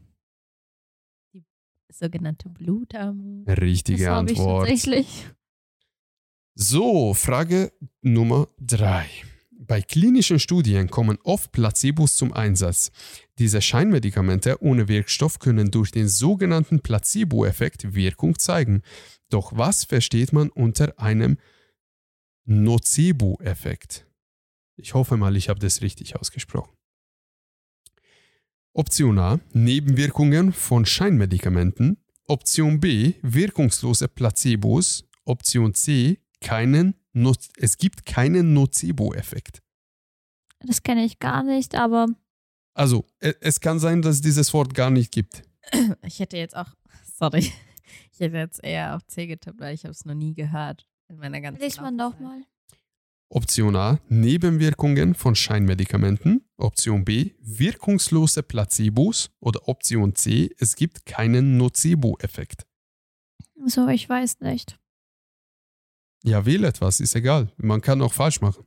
Sogenannte Blutarmut. Das Richtige habe ich Antwort. tatsächlich. So, Frage Nummer 3. Bei klinischen Studien kommen oft Placebos zum Einsatz. Diese Scheinmedikamente ohne Wirkstoff können durch den sogenannten Placebo-Effekt Wirkung zeigen. Doch was versteht man unter einem Nocebo-Effekt? Ich hoffe mal, ich habe das richtig ausgesprochen. Option A. Nebenwirkungen von Scheinmedikamenten. Option B, wirkungslose Placebos. Option C, keinen no es gibt keinen Nocebo-Effekt. Das kenne ich gar nicht, aber Also, e- es kann sein, dass es dieses Wort gar nicht gibt. Ich hätte jetzt auch, sorry, ich hätte jetzt eher auf C getippt, weil ich habe es noch nie gehört in meiner ganzen lies man doch Laufzeit. mal. Option A, Nebenwirkungen von Scheinmedikamenten. Option B, wirkungslose Placebos. Oder Option C, es gibt keinen Nocebo-Effekt. So, ich weiß nicht. Ja, wähl etwas, ist egal. Man kann auch falsch machen.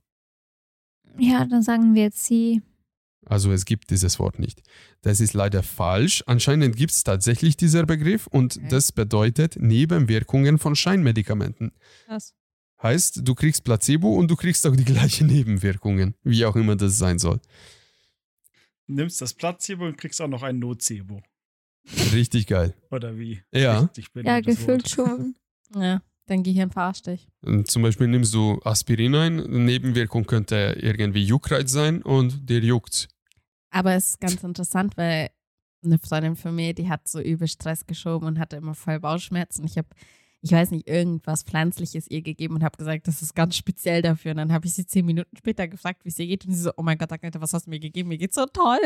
Ja, dann sagen wir jetzt sie. Also es gibt dieses Wort nicht. Das ist leider falsch. Anscheinend gibt es tatsächlich dieser Begriff und Okay. das bedeutet Nebenwirkungen von Scheinmedikamenten. Krass. Heißt, du kriegst Placebo und du kriegst auch die gleichen *laughs* Nebenwirkungen, wie auch immer das sein soll. Nimmst das Placebo und kriegst auch noch ein Nocebo. Richtig geil. Oder wie? Ja. Ich, ich bin Ja, das Wort. gefühlt *laughs* schon. Ja, dein Gehirn verarscht dich. Und ähm, zum Beispiel nimmst du Aspirin ein, Nebenwirkung könnte irgendwie Juckreiz sein und dir juckt's. Aber es ist ganz interessant, weil eine Freundin von mir, die hat so übel Stress geschoben und hatte immer voll Bauchschmerzen. Ich habe, ich weiß nicht, irgendwas Pflanzliches ihr gegeben und habe gesagt, das ist ganz speziell dafür. Und dann habe ich sie zehn Minuten später gefragt, wie es ihr geht. Und sie so, oh mein Gott, Agnete, was hast du mir gegeben? Mir geht's so toll.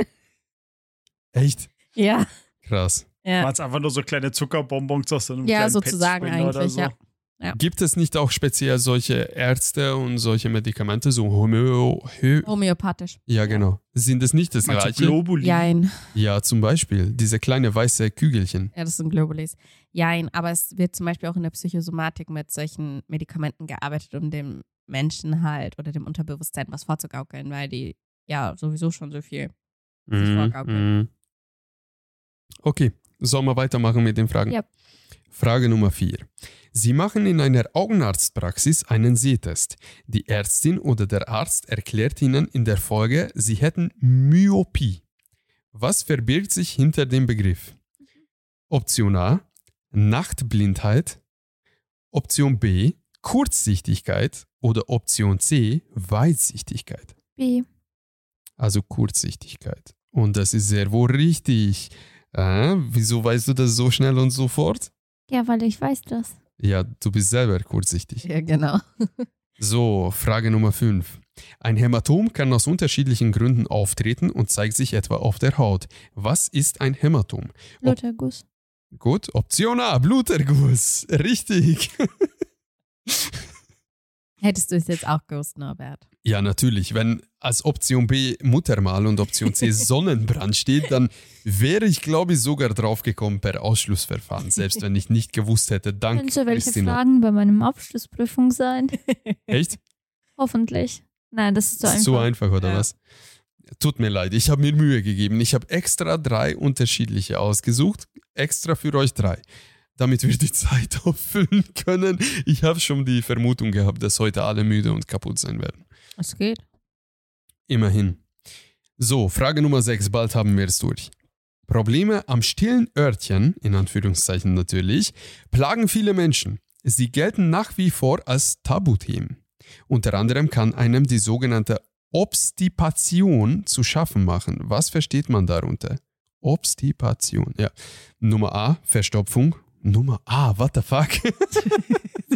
Echt? Ja, Krass. ja. Waren es einfach nur so kleine Zuckerbonbons aus so einem Ja, kleinen sozusagen Pet-Spender oder eigentlich, so. ja. Gibt es nicht auch speziell solche Ärzte und solche Medikamente, so Homöo... Hö Homöopathisch. ja, genau. Sind es nicht das Manche gleiche? Globuli. Jein. Ja, zum Beispiel diese kleine weiße Kügelchen. Ja, das sind Globulis. Jein, aber es wird zum Beispiel auch in der Psychosomatik mit solchen Medikamenten gearbeitet, um dem Menschen halt oder dem Unterbewusstsein was vorzugaukeln, weil die ja sowieso schon so viel Das ist Vorgabe. Mhm, Okay, sollen wir weitermachen mit den Fragen? Ja. Frage Nummer 4. Sie machen in einer Augenarztpraxis einen Sehtest. Die Ärztin oder der Arzt erklärt Ihnen in der Folge, Sie hätten Myopie. Was verbirgt sich hinter dem Begriff? Option A. Nachtblindheit. Option B. Kurzsichtigkeit. Oder Option C. Weitsichtigkeit. B. Also Kurzsichtigkeit. Und das ist sehr wohl richtig. Äh, wieso weißt du das so schnell und sofort? Ja, weil ich weiß das. Ja, du bist selber kurzsichtig. *laughs* Ja, genau. So, Frage Nummer 5. Ein Hämatom kann aus unterschiedlichen Gründen auftreten und zeigt sich etwa auf der Haut. Was ist ein Hämatom? Lutherguss. Gut, Option A, Bluterguss. *laughs* Richtig. Hättest du es jetzt auch gewusst, Norbert. Ja, natürlich. Wenn als Option B Muttermal und Option *laughs* C Sonnenbrand steht, dann wäre ich, glaube ich, sogar draufgekommen per Ausschlussverfahren, selbst wenn ich nicht gewusst hätte. Danke, Können so welche Christina. *laughs* Fragen bei meinem Abschlussprüfung sein? Echt? Hoffentlich. Nein, das ist so einfach. Zu einfach, oder Ja. was? Tut mir leid, ich habe mir Mühe gegeben. Ich habe extra drei unterschiedliche ausgesucht, extra für euch drei, damit wir die *laughs* Zeit auffüllen können. Ich habe schon die Vermutung gehabt, dass heute alle müde und kaputt sein werden. Es geht. Immerhin. So, Frage Nummer 6, bald haben wir es durch. Probleme am stillen Örtchen, in Anführungszeichen natürlich, plagen viele Menschen. Sie gelten nach wie vor als Tabuthemen. Unter anderem kann einem die sogenannte Obstipation zu schaffen machen. Was versteht man darunter? Obstipation, ja. Nummer A, Verstopfung. Nummer A, what the fuck? *laughs*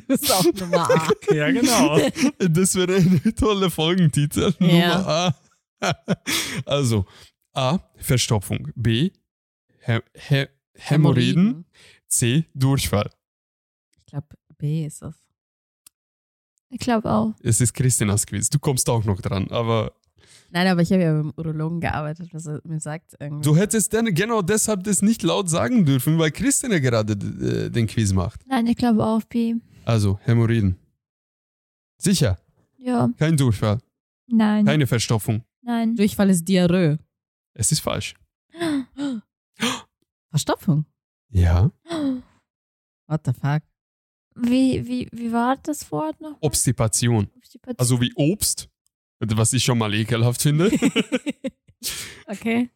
Du bist auch *laughs* Nummer A. Ja, genau. *laughs* Das wäre *laughs* ein toller Folgentitel. Ja. Nummer A. *laughs* Also, A. Verstopfung. B. Hä Hä Hämorrhoiden. C. Durchfall. Ich glaube, B ist es. Ich glaube auch. Es ist Christinas Quiz. Du kommst auch noch dran, aber Nein, aber ich habe ja mit dem Urologen gearbeitet, was er mir sagt. Irgendwie. du hättest dann genau deshalb das nicht laut sagen dürfen, weil Christina gerade äh, den Quiz macht. Nein, ich glaube auch B. Also, Hämorrhoiden. Sicher, Ja, kein Durchfall, nein. keine Verstopfung. Nein. Durchfall ist Diarrhoe. Es ist falsch. Verstopfung. Ja. What the fuck? *gasps* Wie, wie, wie war das Wort noch? Obstipation. Obstipation. Also wie Obst, was ich schon mal ekelhaft finde. Okay.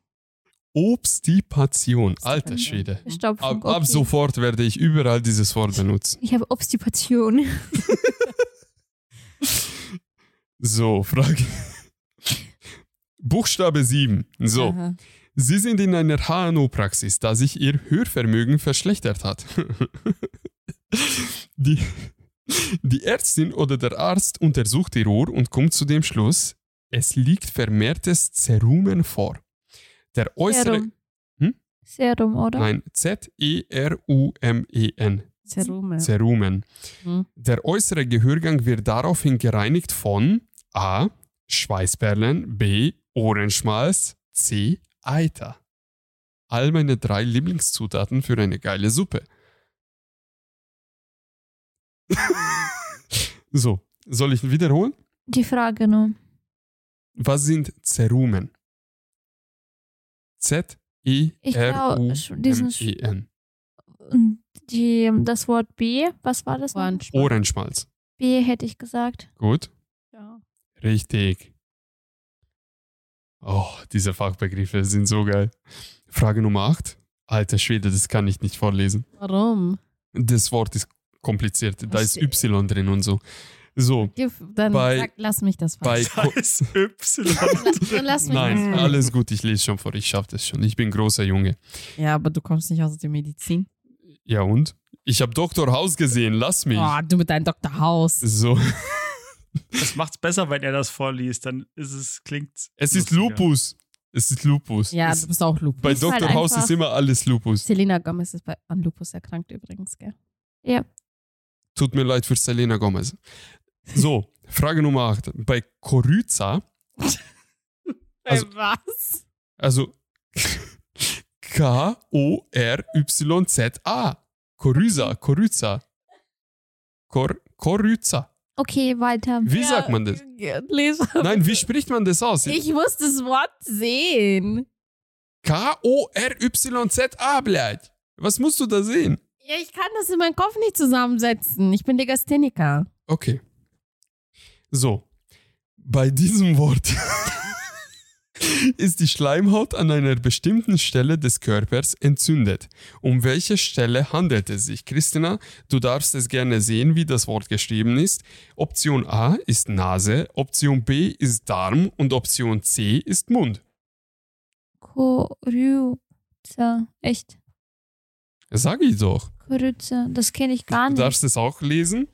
Obstipation. Alter Obstipation. Schwede. Verstopfung, Ab, ab okay. sofort werde ich überall dieses Wort benutzen. Ich habe Obstipation. *laughs* So, *laughs* Frage. Buchstabe 7. So, Aha. Sie sind in einer HNO-Praxis, da sich Ihr Hörvermögen verschlechtert hat. *laughs* die, die Ärztin oder der Arzt untersucht Ihr Ohr und kommt zu dem Schluss, es liegt vermehrtes Zerumen vor. Der äußere. Serum. Hm? Serum, oder? Nein, E Z-E-R-U-M-E-N. Zerume. Zerumen. Mhm. Der äußere Gehörgang wird daraufhin gereinigt von A. Schweißperlen, B. Ohrenschmalz, C. Eiter. All meine drei Lieblingszutaten für eine geile Suppe. *laughs* so, soll ich wiederholen? Die Frage nur. Was sind Zerumen? Z E Ich R glaub, U sch- diesen M sch- E N. Und die, das Wort B, was war das? noch? Orange. Ohrenschmalz. B hätte ich gesagt. Gut. Ja. Richtig. Oh, diese Fachbegriffe sind so geil. Frage Nummer 8. Alter Schwede, das kann ich nicht vorlesen. Warum? Das Wort ist kompliziert. Da ist Verstehe. Mhm. Y drin und so. So, Gib- Dann Bei- sag, lass mich *laughs* das bei. falsch. Da ist Y. *laughs* Dann lass mich Nein, das alles gut, ich lese schon vor. Ich schaffe das schon. Ich bin großer Junge. falsch. Ja, aber du kommst nicht aus der Medizin. Ja und? Ich habe Dr. House gesehen, lass mich. Oh, du mit deinem Dr. House. So, Das macht's besser, wenn er das vorliest. Dann ist es, klingt. es ist lustiger. Lupus. Es ist Lupus. Ja, es, du bist auch Lupus. bei Ist halt Dr. House einfach- ist immer alles Lupus. Selena Gomez ist bei, an Lupus erkrankt übrigens, gell? Tut mir leid für Selena Gomez. So, Frage Nummer 8. Bei Coryza, Also- was? also *laughs* K-O-R-Y-Z-A. Coryza, Coryza. Cor Coryza. Okay, weiter. Wie sagt man das? Nein, wie spricht man das aus? Ich muss das Wort sehen. K-O-R-Y-Z-A, blöd. Was musst du da sehen? Ja, ich kann das in meinem Kopf nicht zusammensetzen. Ich bin Legastheniker. Okay. So, bei diesem Wort *laughs* ist die Schleimhaut an einer bestimmten Stelle des Körpers entzündet. Um welche Stelle handelt es sich? Christina, du darfst es gerne sehen, wie das Wort geschrieben ist. Option A ist Nase, Option B ist Darm und Option C ist Mund. Koryza. Echt? Sag ich doch. Koryza. Das kenne ich gar Du nicht. darfst es auch lesen.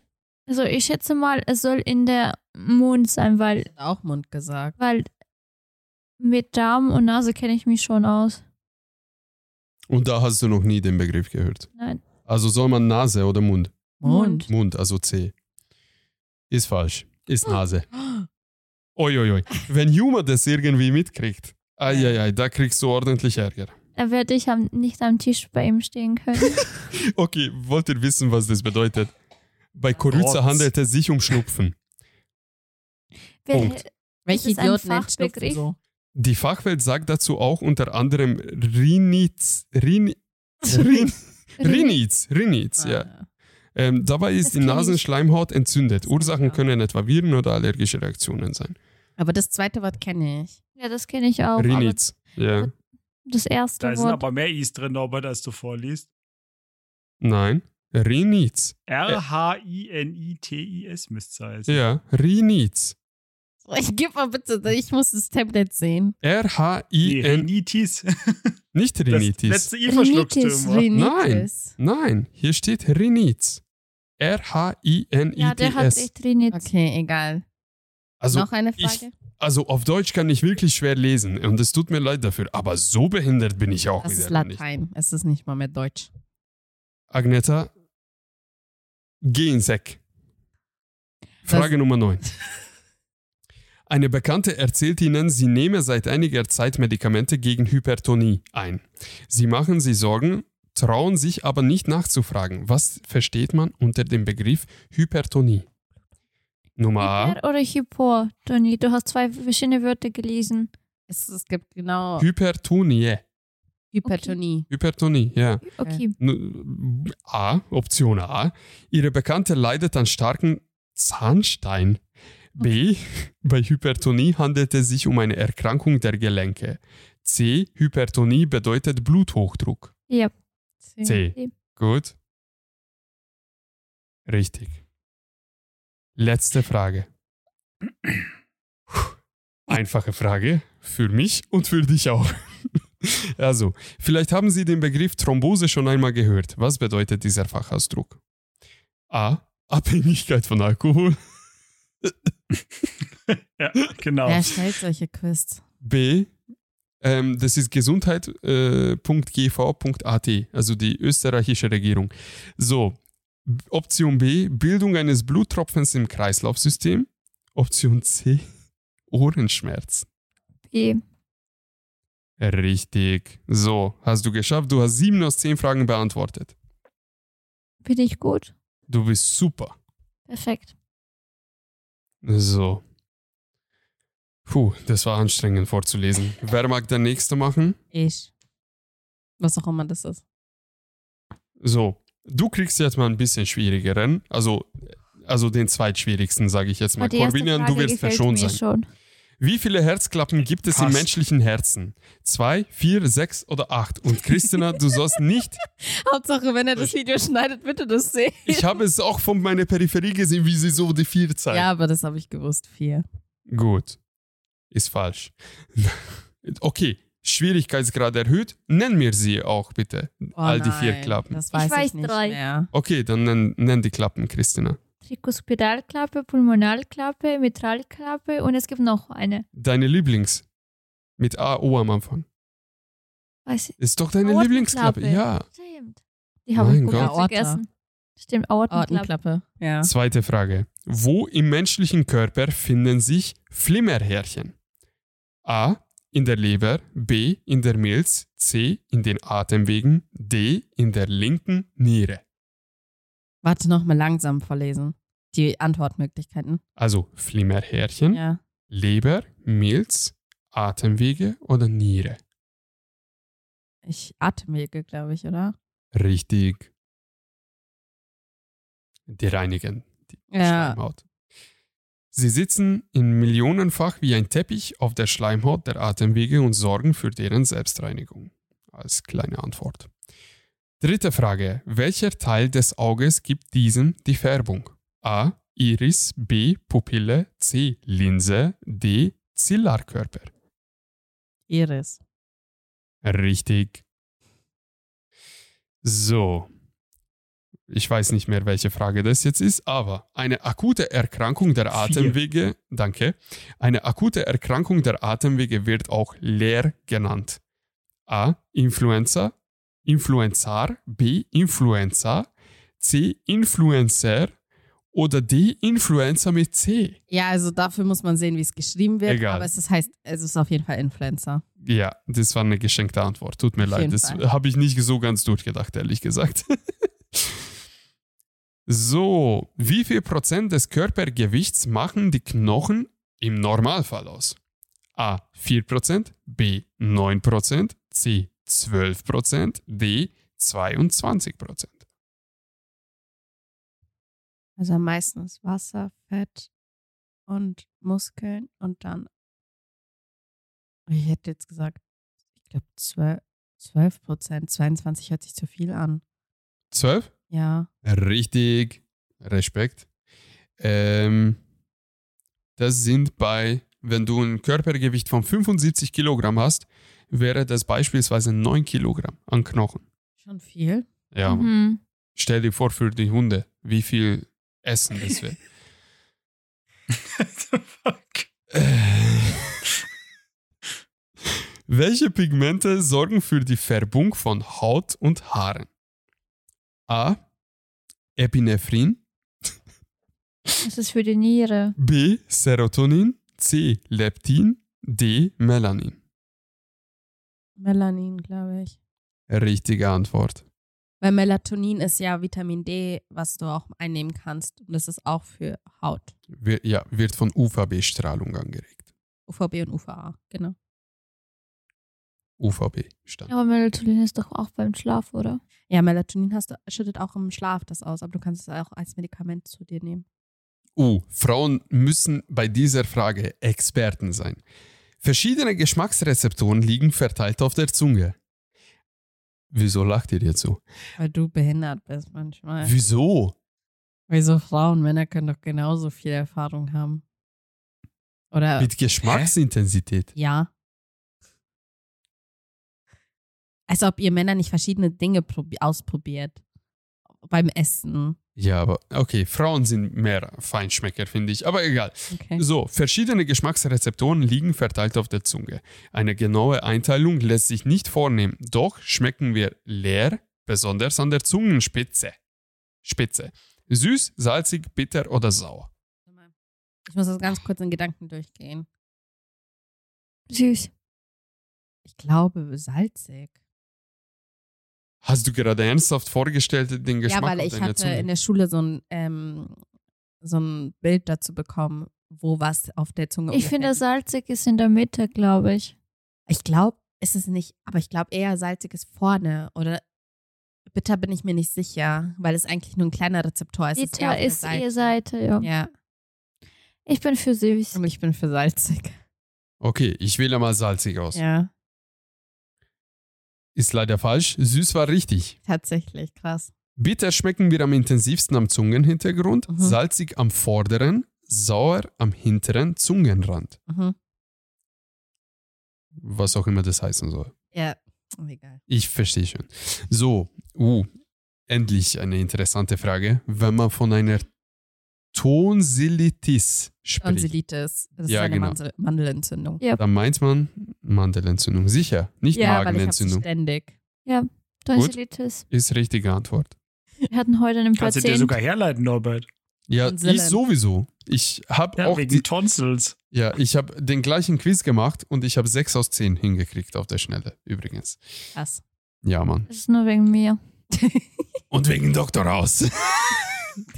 Also ich schätze mal, es soll in der Mund sein, weil, Auch Mund gesagt. weil mit Darm und Nase kenne ich mich schon aus. Und da hast du noch nie den Begriff gehört. Nein. Also soll man Nase oder Mund? Mund. Mund, also C. Ist falsch. Ah. Ist Nase. Uiuiui. Wenn Juma das irgendwie mitkriegt, ai, da kriegst du ordentlich Ärger. Da werde ich am, nicht am Tisch bei ihm stehen *laughs* können. Okay, wollt ihr wissen, was das bedeutet? Bei Koryza Rotz. handelt es sich um Schnupfen. Wer, Punkt. Welche ist ein Idioten entschlüpfen Fachbegriff. so? Die Fachwelt sagt dazu auch unter anderem Riniz, Rin, *laughs* Rin, Riniz, Riniz, ja. Ah, Ähm, dabei Das ist die kenn ich. Nasenschleimhaut entzündet. Das Ursachen kenn ich auch. können etwa Viren oder allergische Reaktionen sein. Aber das zweite Wort kenne ich. Ja, das kenne ich auch. Aber Riniz, ja. das erste Da sind Wort. aber mehr Is drin, Norbert, als du vorliest. Nein, Riniz, R-H-I-N-I-T-I-S müsste es heißen. ja, Riniz. So, Ich gib mal bitte, ich muss das Tablet sehen. Die R-H-I-N, Rhinitis. *laughs* nicht Das Rinitis. letzte I verschluckst du Rhinitis, immer. Rhinitis. Nein, hier steht Riniz. ja, der hat R-H-I-N-I-T-S. echt Riniz. Okay, egal. Also, Noch eine ich- Frage? also auf Deutsch kann ich wirklich schwer lesen und es tut mir leid dafür, aber so behindert bin ich auch das ist wieder nicht. Latein. Es ist nicht mal mehr Deutsch. Agneta, geh ins Eck. Frage Nummer 9. Eine Bekannte erzählt ihnen, sie nehme seit einiger Zeit Medikamente gegen Hypertonie ein. Sie machen sich Sorgen, trauen sich aber nicht nachzufragen. Was versteht man unter dem Begriff Hypertonie? Nummer A. Hyper oder Hypo, Toni? Du hast zwei verschiedene Wörter gelesen. Es, es gibt genau Hypertonie. Hypertonie. Hypertonie, ja. Okay. N- A, Option A. Ihre Bekannte leidet an starken Zahnstein. B, *laughs* bei Hypertonie handelt es sich um eine Erkrankung der Gelenke. C, Hypertonie bedeutet Bluthochdruck. Ja, C. C. Gut. Richtig. Letzte Frage. Einfache Frage für mich und für dich auch. *laughs* Also, vielleicht haben Sie den Begriff Thrombose schon einmal gehört. Was bedeutet dieser Fachausdruck? A. Abhängigkeit von Alkohol. Ja, genau. *laughs* Wer stellt solche Quiz? B. Ähm, das ist äh, gesundheit.gv.at, also die österreichische Regierung. So, B- Option B, Bildung eines Bluttropfens im Kreislaufsystem. Option C, *laughs* Ohrenschmerz. B. Richtig. So, hast du geschafft. Du hast sieben aus zehn Fragen beantwortet. Bin ich gut? Du bist super. Perfekt. So. Puh, das war anstrengend vorzulesen. Wer mag der Nächste machen? Ich. Was auch immer das ist. So, du kriegst jetzt mal ein bisschen schwierigeren, also, also den zweitschwierigsten, sage ich jetzt mal. Aber die erste Corbinian, du Frage wirst gefällt verschont mir sein. Schon. Wie viele Herzklappen gibt es im Passt. menschlichen Herzen? Zwei, vier, sechs oder acht? Und Christina, du sollst *laughs* nicht. Hauptsache, wenn er das Video schneidet, bitte das sehen. Ich habe es auch von meiner Peripherie gesehen, wie sie so die vier zeigt. Ja, aber das habe ich gewusst. Vier. Gut. Ist falsch. *laughs* Okay. Schwierigkeitsgrad erhöht. Nenn mir sie auch bitte. Oh, All die vier nein, Klappen. Das weiß ich, weiß nicht drei. mehr. Okay, dann nenn, nenn die Klappen, Christina. Trikospiralklappe, Pulmonalklappe, Mitralklappe und es gibt noch eine. Deine Lieblings. Mit A, O am Anfang. Weiß ich. Ist doch deine Aortenklappe. Lieblingsklappe, ja. Stimmt. Die habe ich Mein komplett Gott. Aorta. vergessen. Stimmt, Aortenklappe. Ortenklappe. Ja. Zweite Frage. Wo im menschlichen Körper finden sich Flimmerhärchen? A. In der Leber, B. In der Milz, C. In den Atemwegen, D. In der linken Niere. Warte nochmal langsam vorlesen. Die Antwortmöglichkeiten. Also Flimmerhärchen, Ja. Leber, Milz, Atemwege oder Niere. Ich atemwege, glaube ich, oder? Richtig. Die reinigen die Ja. Schleimhaut. Sie sitzen in Millionenfach wie ein Teppich auf der Schleimhaut der Atemwege und sorgen für deren Selbstreinigung. Als kleine Antwort. Dritte Frage. Welcher Teil des Auges gibt diesem die Färbung? A. Iris, B. Pupille, C. Linse, D. Zillarkörper. Iris. Richtig. So. Ich weiß nicht mehr, welche Frage das jetzt ist, aber eine akute Erkrankung der Vier. Atemwege, danke, eine akute Erkrankung der Atemwege wird auch leer genannt. A. Influenza, Influenzar, B. Influenza, C. Influencer oder D. Influenza mit C. Ja, also dafür muss man sehen, wie es geschrieben wird. Egal. Aber es ist, heißt, es ist auf jeden Fall Influencer. Ja, das war eine geschenkte Antwort. Tut mir Auf leid, jeden das Fall. habe ich nicht so ganz durchgedacht, ehrlich gesagt. *laughs* so, wie viel Prozent des Körpergewichts machen die Knochen im Normalfall aus? A 4%, B 9%, C 12%, D 22%. Also am meisten ist Wasser, Fett und Muskeln und dann, ich hätte jetzt gesagt, ich glaube 12, 12 Prozent, 22 hört sich zu viel an. 12? Ja, Richtig. Respekt. Ähm, das sind bei, wenn du ein Körpergewicht von 75 Kilogramm hast, wäre das beispielsweise 9 Kilogramm an Knochen. schon viel. Ja, Mann. Mhm. stell dir vor für die Hunde, wie viel Essen das wäre. Fuck. Welche Pigmente sorgen für die Färbung von Haut und Haaren? A. Epinephrin. Das ist für die Niere. B. Serotonin. C. Leptin. D. Melanin. Melanin, glaube ich. Richtige Antwort. Weil Melatonin ist ja Vitamin D, was du auch einnehmen kannst. Und das ist auch für Haut. Wir, ja, wird von UVB-Strahlung angeregt. UVB und UVA, genau. UVB stand. Aber Melatonin ist doch auch beim Schlaf, oder? Ja, Melatonin hast du, schüttet auch im Schlaf das aus, aber du kannst es auch als Medikament zu dir nehmen. U. Frauen müssen bei dieser Frage Experten sein. Verschiedene Geschmacksrezeptoren liegen verteilt auf der Zunge. Wieso lacht ihr jetzt so? Weil du behindert bist manchmal. Wieso? Wieso Frauen, Männer können doch genauso viel Erfahrung haben. Oder Mit Geschmacksintensität. ja. Als ob ihr Männer nicht verschiedene Dinge probi- ausprobiert. Beim Essen. Ja, aber okay, Frauen sind mehr Feinschmecker, finde ich. Aber egal. Okay. So, verschiedene Geschmacksrezeptoren liegen verteilt auf der Zunge. Eine genaue Einteilung lässt sich nicht vornehmen, doch schmecken wir leer, besonders an der Zungenspitze. Spitze. Süß, salzig, bitter oder sauer. Ich muss das ganz kurz in Gedanken durchgehen. Süß. Ich glaube, salzig. Hast du gerade ernsthaft vorgestellt den Geschmack ja, weil auf ich deiner hatte Zunge? in der Schule so ein, ähm, so ein Bild dazu bekommen, wo was auf der Zunge Ich finde, ungefähr- salzig ist in der Mitte, glaube ich. Ich glaube, ist es nicht, aber ich glaube eher salzig ist vorne oder bitter bin ich mir nicht sicher, weil es eigentlich nur ein kleiner Rezeptor ist. Es ja auf Bitter der ist Seite. ihr Seite, ja. Ja, Ich bin für süß. und ich bin für salzig. okay, ich wähle mal salzig aus. Ja, Ist leider falsch. Süß war richtig. tatsächlich, krass. Bitter schmecken wir am intensivsten am Zungenhintergrund, Mhm. salzig am vorderen, sauer am hinteren Zungenrand. Mhm. Was auch immer das heißen soll. Ja, oh, egal. Ich verstehe schon. So, uh, endlich eine interessante Frage. Wenn man von einer Tonsilitis spricht, Tonsillitis, das Ja, ist eine genau. Mandel Mandelentzündung. dann meint man Mandelentzündung. Sicher, nicht ja, weil ich hab's Magenentzündung. ständig. Tonsillitis. Ist richtige Antwort. Wir hatten heute einen Kannst du dir Patienten. sogar herleiten, Norbert. Ja, Tonsillen. ich sowieso. Ich habe Ja, auch wegen die, Tonsils. Ja, ich habe den gleichen Quiz gemacht und ich habe 6 aus 10 hingekriegt auf der Schnelle, übrigens. Krass. *laughs* Ja, Mann. Das ist nur wegen mir. Und wegen Doktor aus.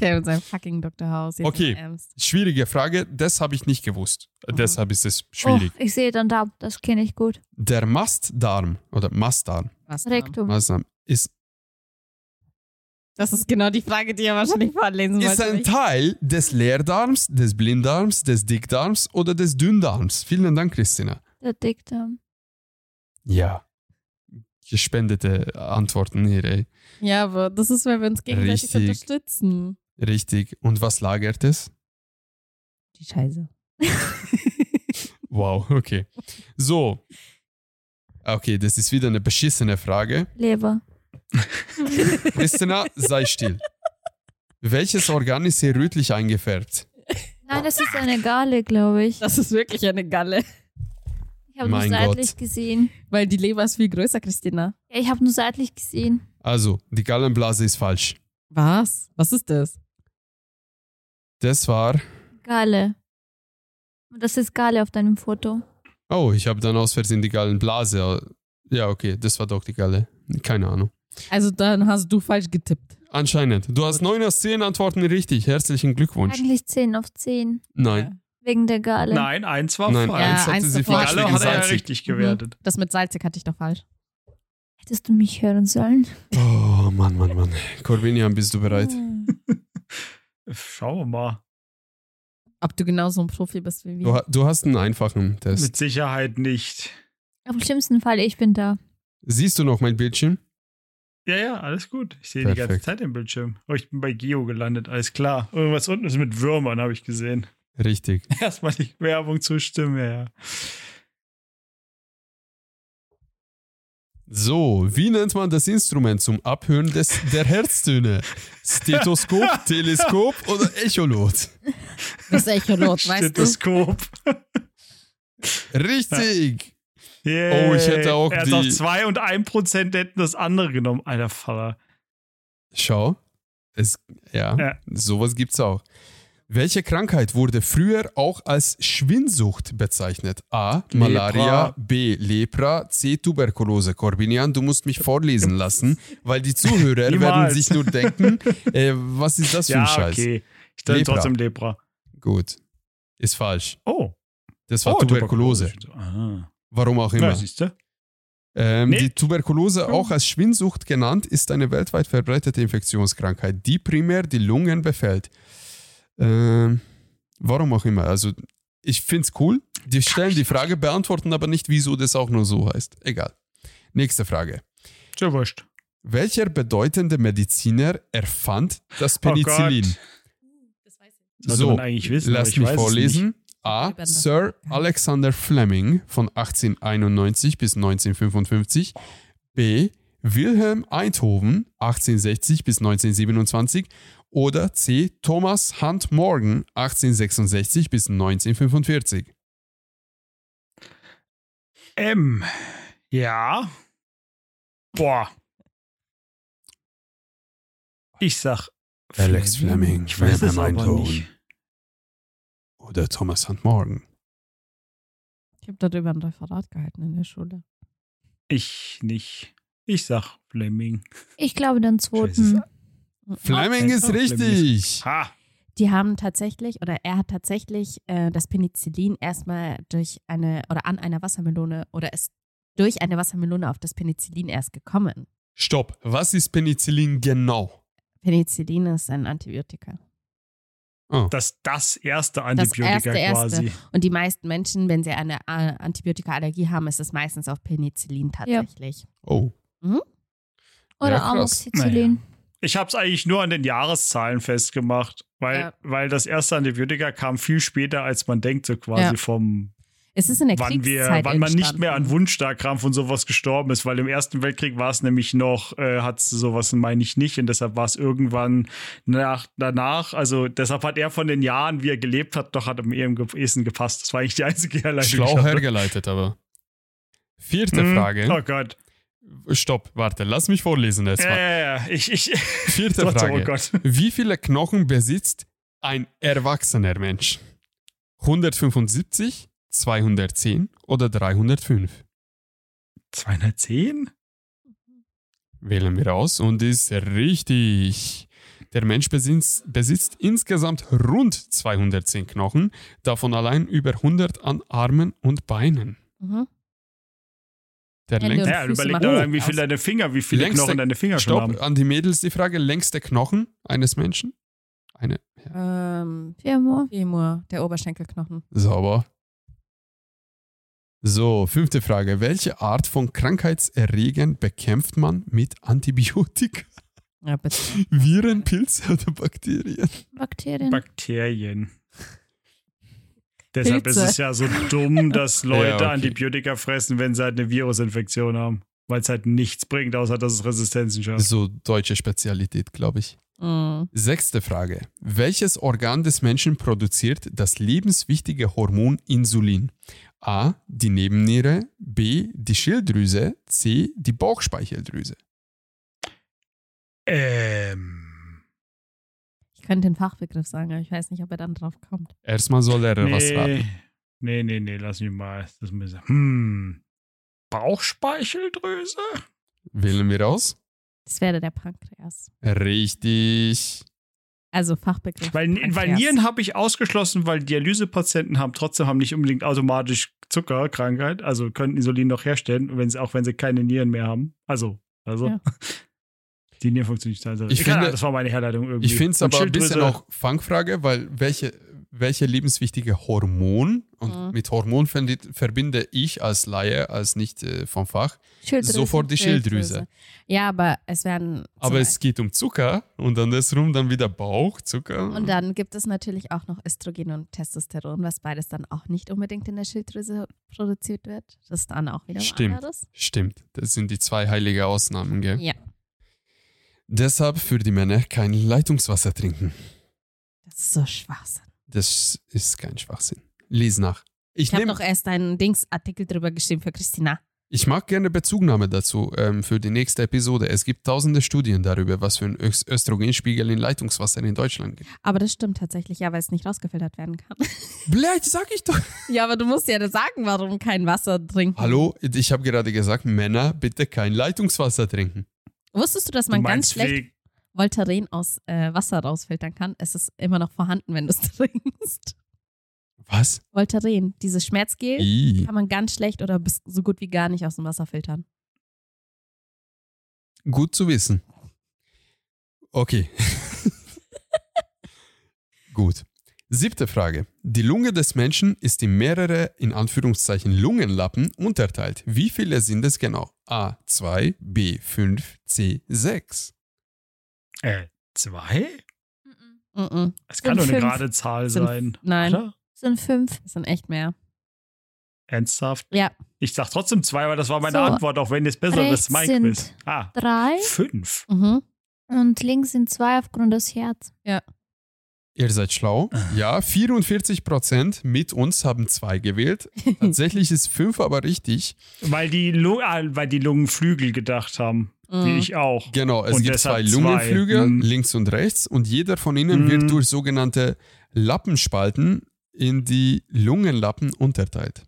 Der und sein fucking Dr. House. jetzt Okay. mal ernst. *laughs* Schwierige Frage, das habe ich nicht gewusst. Mhm. Deshalb ist es Oh, schwierig. ich sehe dann da, das kenne ich gut. Der Mastdarm oder Mastdarm, Was denn? Rektum. Mastdarm ist, Das ist genau die Frage, die ihr wahrscheinlich vorlesen wollt. ist ein Teil des Leerdarms, des Blinddarms, des Dickdarms oder des Dünndarms. Vielen Dank, Christina. Der Dickdarm. Ja. Gespendete Antworten hier, ey. ja, aber das ist, weil wir uns gegenseitig Richtig. unterstützen. Richtig. Und was lagert es? Die Scheiße. Wow, okay. So. Okay, das ist wieder eine beschissene Frage. Leber. Christina, sei still. Welches Organ ist hier rötlich eingefärbt? Nein, das ist eine Gale, glaube ich. *laughs* Das ist wirklich eine Galle. Ich habe nur Mein seitlich Gott. gesehen. Weil die Leber ist viel größer, Christina. Ja, ich habe nur seitlich gesehen. Also, die Gallenblase ist falsch. Was? Was ist das? Das war. Gale. Und Das ist Gale auf deinem Foto. Oh, ich habe dann aus Versehen die Gallenblase. Ja, okay, das war doch die Galle. Keine Ahnung. Also dann hast du falsch getippt. Anscheinend. Du hast neun aus zehn Antworten richtig. Herzlichen Glückwunsch. Eigentlich 10 auf 10. Nein. Wegen der Gale. Nein, eins war Nein, Ja, falsch. eins hatte eins sie davor. falsch Alle wegen hat er ja Salzig. richtig Mhm. gewertet. Das mit salzig hatte ich doch falsch. Hättest du mich hören sollen? Oh, Mann, Mann, Mann. Corvinian, bist du bereit? *laughs* Hm. Schauen wir mal. Ob du genauso ein Profi bist wie Du, wir. ha- du hast einen einfachen Test. Mit Sicherheit nicht. Am schlimmsten Fall, ich bin da. Siehst du noch mein Bildschirm? Ja, ja, alles gut. Ich sehe die ganze Perfekt. Zeit den Bildschirm. Oh, ich bin bei Geo gelandet, alles klar. Irgendwas unten ist mit Würmern, habe ich gesehen. Richtig. *laughs* Erstmal die Werbung zustimmen, ja, ja. So, wie nennt man das Instrument zum Abhören des, der *laughs* Herztöne? Stethoskop, Teleskop oder Echolot? *laughs* Das Echolot, weißt du? Stethoskop. Richtig! Yay. Oh, ich hätte auch Er hat die- doch 2 und 1 Prozent hätten das andere genommen. Alter Faller. Schau, es, ja, Ja. sowas gibt's auch. Welche Krankheit wurde früher auch als Schwindsucht bezeichnet? A. Malaria, Lepra. B. Lepra, C. Tuberkulose. Corbinian, du musst mich vorlesen *laughs* lassen, weil die Zuhörer werden Niemals. sich nur *laughs* denken, äh, was ist das für ein Ja, Scheiß? okay. Ich stelle Lepra. trotzdem Lepra. Gut. Ist falsch. Oh. Das war oh, Tuberkulose. Ah. Warum auch immer. Ja, siehst du? Ähm, Nee. Hm. Die Tuberkulose, auch als Schwindsucht genannt, ist eine weltweit verbreitete Infektionskrankheit, die primär die Lungen befällt. Ähm, warum auch immer. Also, ich finde es cool. Die stellen die Frage, beantworten aber nicht, wieso das auch nur so heißt. Egal. Nächste Frage. Ist ja wurscht. Oh Welcher bedeutende Mediziner erfand das Oh Gott. Penicillin? Sollte man eigentlich wissen, aber lass ich mich weiß es vorlesen. A. Lieber das. Sir Alexander Fleming von 1891 bis 1955. B. Wilhelm Einthoven 1860 bis 1927. Oder C. Thomas Hunt Morgan 1866 bis 1945. M. Ja. Boah. Ich sag. Alex Fleming, Ich weiß es Fleming aber Tone. nicht. Oder Thomas Hunt Morgan. Ich habe darüber ein Referat gehalten in der Schule. Ich nicht. Ich sag Fleming. Ich glaube den zweiten. Scheiße. Fleming ist Oh, Fleming ist- richtig. Ha. Die haben tatsächlich, oder er hat tatsächlich äh, das Penicillin erstmal durch eine, oder an einer Wassermelone, oder ist durch eine Wassermelone auf das Penicillin erst gekommen. Stopp. Was ist Penicillin genau? Penicillin ist ein Antibiotika. Oh. Das das erste Das Antibiotika erste, erste. quasi. Und die meisten Menschen, wenn sie eine äh, Antibiotikaallergie haben, ist es meistens auf Penicillin tatsächlich. oh. Oder Ja, krass. Amoxicillin. Ich habe es eigentlich nur an den Jahreszahlen festgemacht, weil, Ja. weil das erste Antibiotika kam viel später, als man denkt, so quasi Ja. vom, Es ist in der wann, wir, Kriegszeit wann man nicht entstanden. Mhm. mehr an Wundstarkrampf und sowas gestorben ist, weil im Ersten Weltkrieg war es nämlich noch, äh, hat sowas, meine ich, nicht und deshalb war es irgendwann nach, danach, also deshalb hat er von den Jahren, wie er gelebt hat, doch hat am ehesten gepasst. Das war eigentlich die einzige Herleitung. die ich Schlau hatte. hergeleitet, aber. Vierte Hm. Frage. Oh Gott. Stopp, warte, lass mich vorlesen Ja, erstmal. ja, ja. *laughs* Ich, ich, Vierte Äh, oh Frage. Gott. Wie viele Knochen besitzt ein erwachsener Mensch? 175, 210 oder 305? 210? Wählen wir aus und ist richtig. Der Mensch besitzt, besitzt insgesamt rund 210 Knochen, davon allein über 100 an Armen und Beinen. Mhm. Der Hände längste, und Ja, Füße überleg machen doch das mal, wie aus. viele deine Finger, wie viele Längste- Knochen deine Finger schon haben. Stopp, an die Mädels die Frage, längste Knochen eines Menschen? Eine, ja, Ähm, Firmo. Femur, der Oberschenkelknochen. sauber. So, fünfte Frage. Welche Art von Krankheitserregern bekämpft man mit Antibiotika? Ja, *laughs* bitte. Viren, Pilze oder Bakterien? Bakterien. Bakterien. Deshalb Pilze. ist es ja so dumm, *laughs* dass Leute okay. Antibiotika fressen, wenn sie halt eine Virusinfektion haben. Weil es halt nichts bringt, außer dass es Resistenzen schafft. So deutsche Spezialität, glaube ich. Mhm. Sechste Frage. Welches Organ des Menschen produziert das lebenswichtige Hormon Insulin? A. Die Nebenniere. B. Die Schilddrüse. C. Die Bauchspeicheldrüse. Ähm. Ich könnte den Fachbegriff sagen, aber ich weiß nicht, ob er dann drauf kommt. Erstmal soll er was Nee. raten. nee, nee, nee, lass mich mal. Das muss ich- hm. Bauchspeicheldrüse? Wählen wir aus? Das wäre der Pankreas. Richtig. Also Fachbegriff. Weil, weil Pankreas. Nieren habe ich ausgeschlossen, weil Dialysepatienten haben trotzdem haben nicht unbedingt automatisch Zuckerkrankheit, also können Insulin noch herstellen, wenn sie, auch wenn sie keine Nieren mehr haben. Also, also. Ja. *laughs* Die Nieren funktionieren nicht. Also, Ich egal, finde- das war meine Herleitung irgendwie. Ich finde es Und aber ein bisschen Schilddrüse- auch Fangfrage, weil welche, welche lebenswichtige Hormon, und Mhm. mit Hormon verbi- verbinde ich als Laie, als nicht äh, vom Fach, Schilddrüse. sofort die Schilddrüse. Ja, aber es werden. zum Aber es geht um Zucker und andersrum dann wieder Bauch, Zucker. Und dann gibt es natürlich auch noch Östrogen und Testosteron, was beides dann auch nicht unbedingt in der Schilddrüse produziert wird. Das ist dann auch wieder was Stimmt. anderes. Stimmt, das sind die zwei heilige Ausnahmen, gell? Ja, Deshalb für die Männer kein Leitungswasser trinken. das ist so Schwachsinn. Das ist kein Schwachsinn. Lies nach. Ich, Ich habe nehm, doch erst einen Dingsartikel drüber geschrieben für Christina. ich mag gerne Bezugnahme dazu ähm, für die nächste Episode. Es gibt tausende Studien darüber, was für einen Ös- Östrogenspiegel in Leitungswasser in Deutschland gibt. Aber das stimmt tatsächlich, ja, weil es nicht rausgefiltert werden kann. *laughs* Blöd, sag ich doch. ja, aber du musst ja sagen, warum kein Wasser trinken. Hallo, ich habe gerade gesagt, Männer, bitte kein Leitungswasser trinken. Wusstest du, dass Du man ganz meinst schlecht wegen- Voltaren aus äh, Wasser rausfiltern kann? Es ist immer noch vorhanden, wenn du es *laughs* trinkst. Was? Voltaren, dieses Schmerzgel. I. kann man ganz schlecht oder bis so gut wie gar nicht aus dem Wasser filtern. Gut zu wissen. Okay. *laughs* Gut. Siebte Frage. Die Lunge des Menschen ist in mehrere, in Anführungszeichen, Lungenlappen unterteilt. Wie viele sind es genau? A2, B5, C6. Äh, zwei? Mhm. Mhm. Es Sind kann doch eine fünf. gerade Zahl Sind- sein. nein. Oder? Sind fünf. Das sind echt mehr. Ernsthaft? Ja. Ich sag trotzdem zwei, weil das war meine So, Antwort, auch wenn du es besseres rechts Mike sind- bist. Ah, Drei fünf. Mhm. und links sind zwei aufgrund des Herz. Ihr seid schlau. Ja, 44% mit uns haben zwei *laughs* gewählt. Also, *laughs* Tatsächlich ist fünf aber richtig. Weil die, Lu ah, weil die Lungenflügel gedacht haben, wie Mhm. ich auch. Genau, es Und gibt zwei deshalb Lungenflügel, zwei. Mhm. links und rechts, und jeder von ihnen Mhm. wird durch sogenannte Lappenspalten in die Lungenlappen unterteilt.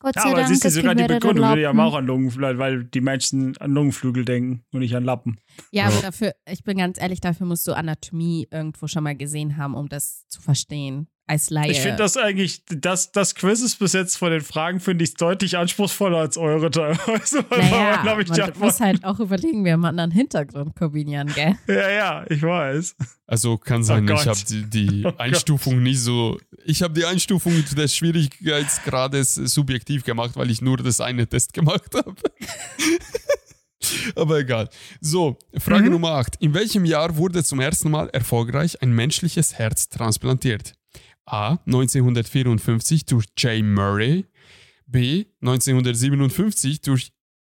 Gott Ja, sei aber Dank, siehst du es sogar die gibt mehrere Begründung, würde ja Lappen. auch an Lungenflügel, weil die Menschen an Lungenflügel denken und nicht an Lappen. Ja, aber Ja. dafür, ich bin ganz ehrlich, dafür musst du Anatomie irgendwo schon mal gesehen haben, um das zu verstehen. Als Laie. Ich finde das *laughs* eigentlich, das, das Quiz ist bis jetzt von den Fragen, finde ich, deutlich anspruchsvoller als eure *laughs* teilweise. Weil naja, vorher, glaub ich, die man muss Antwort- halt auch überlegen, wir haben einen anderen Hintergrund kombinieren, gell? ja, ja, ich weiß. Also kann sein, Oh ich Gott. habe die, die *laughs* Oh Gott. Einstufung nicht so. Ich habe die Einstufung des Schwierigkeitsgrades subjektiv gemacht, weil ich nur das eine Test gemacht habe. *laughs* Aber egal. So, Frage Mhm. Nummer 8. In welchem Jahr wurde zum ersten Mal erfolgreich ein menschliches Herz transplantiert? A. 1954 durch J. Murray. B. 1957 durch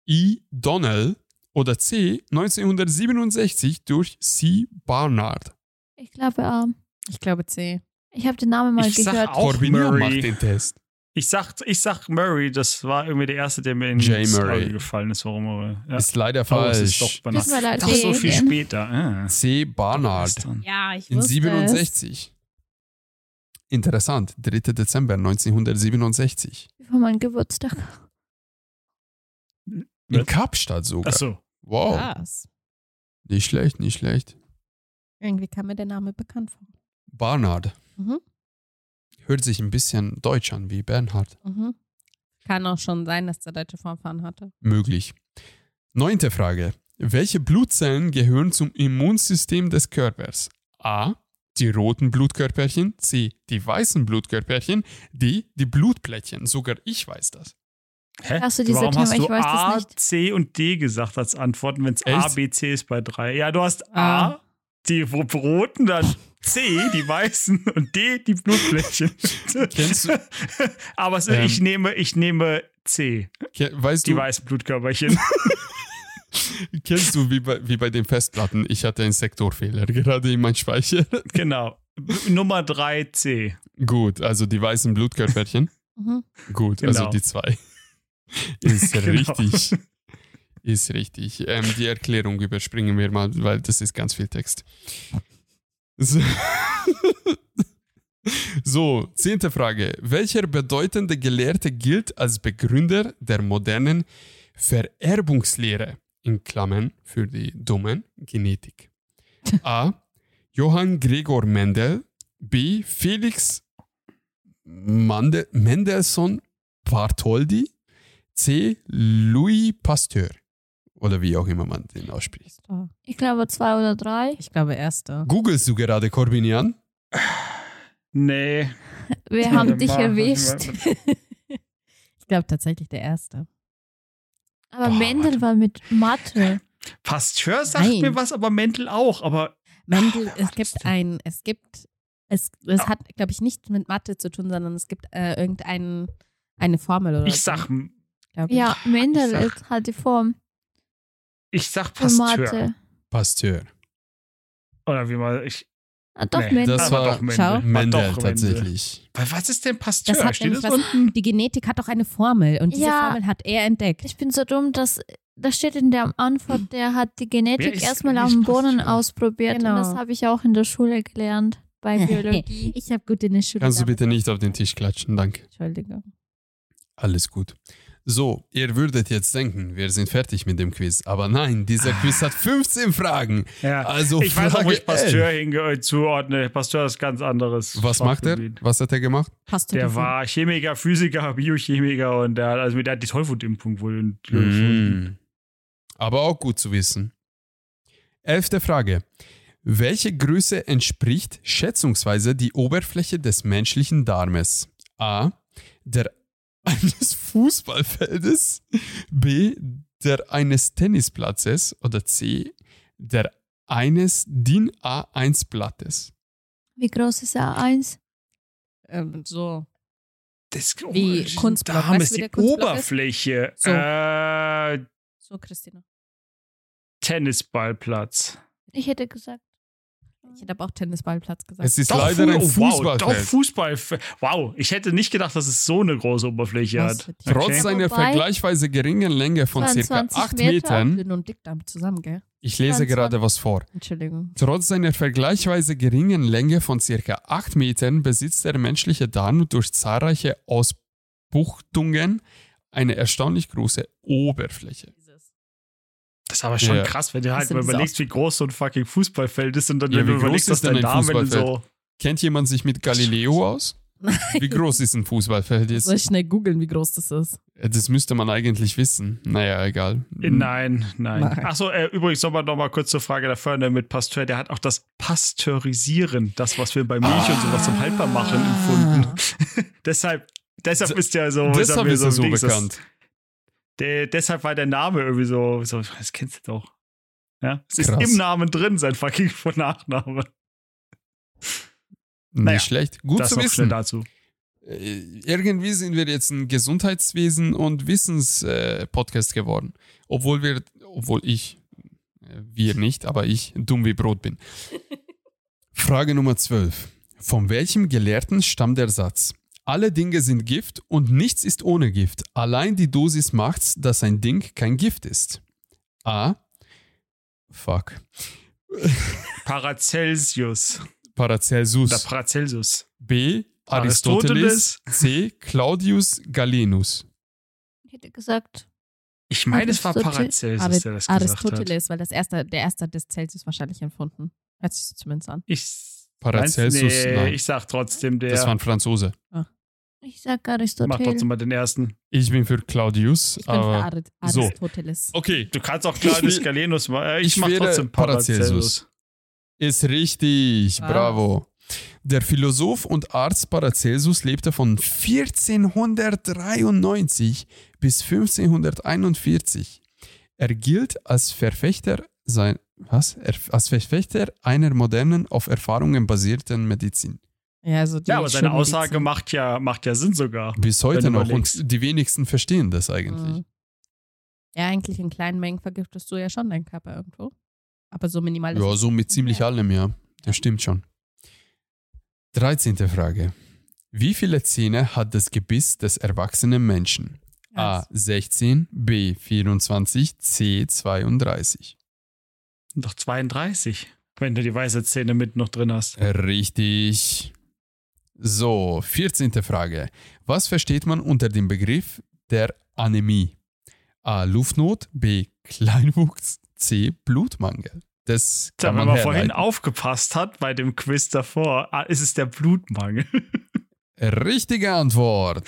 E. Donnell. Oder C. 1967 durch C. Barnard. Ich glaube, ähm, Ich glaube C. ich habe den Namen mal Ich sag gehört. Auch Corbinian Murray. macht den Test. Ich sag, ich sag Murray, das war irgendwie der erste, der mir in Jay ins Murray. Auge gefallen ist, warum aber. Ja. Ist leider Oh, es falsch. ist doch Tut mir leid, Ach, so Jay. viel später. Ah. C. Barnard Ja, ich in 67. Interessant. 3. Dezember 1967. Für meinen Geburtstag. In Was? Ah. Kapstadt sogar. Achso. Wow. Krass. Nicht schlecht, nicht schlecht. Irgendwie kam mir der Name bekannt vor. Barnard. Mhm. Hört sich ein bisschen deutsch an wie Bernhard. Mhm. Kann auch schon sein, dass der deutsche Vorfahren hatte. Möglich. Neunte Frage. Welche Blutzellen gehören zum Immunsystem des Körpers? A. Die roten Blutkörperchen. C. Die weißen Blutkörperchen. D. Die Blutplättchen. Sogar ich weiß das. Hä? Hast du diese warum Themen? hast du Ich weiß das A, nicht. C und D gesagt als Antworten, wenn es A, Echt? B, C ist bei drei? Ja, du hast Ah. A, die ro- roten, dann C, die weißen und D, die Blutflächen. Kennst du- *laughs* Aber es- Ähm. ich, nehme, ich nehme C, Ke weißt die du, weißen Blutkörperchen. *laughs* kennst du wie bei, wie bei den Festplatten? Ich hatte einen Sektorfehler *laughs* gerade in meinem Speicher. genau. B Nummer drei C. Gut, also die weißen Blutkörperchen. Mhm. Gut, also Genau. die zwei. *laughs* Ist Genau. richtig. Ist richtig. Ähm, die Erklärung überspringen wir mal, weil das ist ganz viel Text. So. *laughs* so, zehnte Frage. Welcher bedeutende Gelehrte gilt als Begründer der modernen Vererbungslehre? In Klammern für die Dummen, Genetik. A. Johann Gregor Mendel, B. Felix Mande Mendelssohn Bartholdy, C. Louis Pasteur. Oder wie auch immer man den ausspricht. Ich glaube zwei oder drei. Ich glaube, erster. Googlest du gerade Corbinian? Nee. Wir haben dich erwischt. Ich glaube tatsächlich der erste. Aber Boah, Mendel war mit Mathe. Pasteur sagt Nein. mir was, aber Mendel auch. Aber Mendel, wer war es das gibt denn? ein, es gibt, es, Oh. es hat, glaube ich, nichts mit Mathe zu tun, sondern es gibt äh, irgendeinen, eine Formel oder ich sag, glaub ich. Ja, Mendel Ich ist, hat die Form ich sag für Pasteur. Mathe. Pasteur. Oder wie mal ich. Ah, doch, nee, Mendel. das war, war- doch Mendel. Schau. War Mendel doch Mendel. tatsächlich. Weil Was ist denn Pasteur? Das hat Steht nämlich das was- unten? Die Genetik hat doch eine Formel und diese Ja. Formel hat er entdeckt. Ich bin so dumm, dass das steht in der Antwort, der hat die Genetik ist erstmal nicht am Boden Pasteur? ausprobiert. Genau. Und das habe ich auch in der Schule gelernt *laughs* bei Biologie. ich habe gut in der Schule. Kannst du damit bitte nicht auf den Tisch klatschen, danke. Entschuldigung. Alles gut. So, ihr würdet jetzt denken, wir sind fertig mit dem Quiz. Aber nein, dieser Quiz hat 15 Fragen. Ja. Also Ah. Ich weiß auch, wo Frage ich Pasteur elf. hinge- äh, zuordne. Pasteur ist ganz anderes. Was macht er? Fachgebiet. Was hat er gemacht? Hast du Der gefunden? war Chemiker, Physiker, Biochemiker und der, hat- also der hat die Tollwutimpfung wohl gefunden. Mm. Aber auch gut zu wissen. Elfte Frage. Welche Größe entspricht schätzungsweise die Oberfläche des menschlichen Darmes? A. Der *laughs* eines Fußballfeldes. B. Der eines Tennisplatzes. Oder C. Der eines DIN A1-Blattes. Wie groß ist A1? Ähm, so. Das Wie Kunstblock, Da haben weißt es du, wie die der Kunstblock Oberfläche. So. Äh, So, Christina. Tennisballplatz. Ich hätte gesagt. Ich hätte aber auch Tennisballplatz gesagt. Es ist Doch, leider Fu- ein oh, Wow, doch Fußballfeld. Fußball. Wow, ich hätte nicht gedacht, dass es so eine große Oberfläche Was hat. für die- Trotz seiner Wobei- vergleichsweise geringen Länge von ca. 22 8 Meter. Metern, Dünn und dick damit zusammen, gell? ich lese 22. gerade was vor, Entschuldigung. Trotz seiner vergleichsweise geringen Länge von ca. 8 Metern besitzt der menschliche Darm durch zahlreiche Ausbuchtungen eine erstaunlich große Oberfläche. Das ist aber schon Ja. krass, wenn du halt Hast du mal das überlegst, wie groß so ein fucking Fußballfeld ist und dann Ja, wenn wie du groß überlegst, ist dass denn dein ein Darm so. Fußballfeld? Kennt jemand sich mit Galileo aus? Wie groß ist ein Fußballfeld Soll jetzt? ich schnell googeln, wie groß das ist? Das müsste man eigentlich wissen. Naja, egal. Äh, Nein, nein. Hm. Nein. Achso, äh, übrigens nochmal noch mal kurz zur Frage der Förder mit Pasteur. Der hat auch das Pasteurisieren, das, was wir bei Milch und sowas Ah. zum Haltbar machen, empfunden. deshalb, deshalb D- ist der so. Deshalb wir ist er so Dings, das- bekannt. Der, deshalb war der Name irgendwie so, so das kennst du doch. Ja, es ist Krass. im Namen drin, sein fucking Vor- Nachname. naja, Nicht schlecht. Gut das zu noch schnell wissen. dazu. Äh, Irgendwie sind wir jetzt ein Gesundheitswesen und Wissenspodcast äh, Podcast geworden. Obwohl wir, obwohl ich, äh, wir nicht, aber ich dumm wie Brot bin. Frage Nummer 12. Von welchem Gelehrten stammt der Satz? Alle Dinge sind Gift und nichts ist ohne Gift. Allein die Dosis macht's, dass ein Ding kein Gift ist. A. Fuck. Paracelsius. Oder Paracelsus. Paracelsus. B. Aristoteles. C. Claudius Galenus. Ich hätte gesagt. Ich meine, es war Aristotel- Paracelsus, der das gesagt hat. Aristoteles, weil ah, das erste, der erste hat das Celsius wahrscheinlich erfunden. Hört sich zumindest an. Ich, Paracelsus, Nee, nein. ich sag trotzdem, Das war der ein Franzose. Ich sag macht trotzdem Aristoteles. mal den ersten. Ich bin für Claudius, Ich bin Äh, für aber Ari so. Aristoteles. okay, Du kannst auch Claudius Ich- Galenus machen. Äh, Ich, ich mach wäre trotzdem Paracelsus. ist richtig, Ah. bravo. Der Philosoph und Arzt Paracelsus lebte von 1493 bis 1541. Er gilt als Verfechter sein was? Er, als Verfechter einer modernen, auf Erfahrungen basierten Medizin. Ja, also die Ja, aber seine Schulmedizin. Aussage macht ja, macht ja Sinn sogar. Bis du heute noch überlegst. und die wenigsten verstehen das eigentlich. Mhm. Ja, eigentlich in kleinen Mengen vergiftest du ja schon deinen Körper irgendwo. Aber so minimal ist Ja, so mit ziemlich allem, ja. Das stimmt schon. 13. Frage. Wie viele Zähne hat das Gebiss des erwachsenen Menschen? A. 16, B. 24, C. 32. Und Doch 32, wenn du die weiße Szene mit noch drin hast. Richtig. So, 14. Frage. Was versteht man unter dem Begriff der Anämie? A. Luftnot, B. Kleinwuchs, C. Blutmangel. Das Tja, kann wenn man, man vorhin herleiten. aufgepasst hat bei dem Quiz davor, ah, ist es der Blutmangel. *laughs* Richtige Antwort.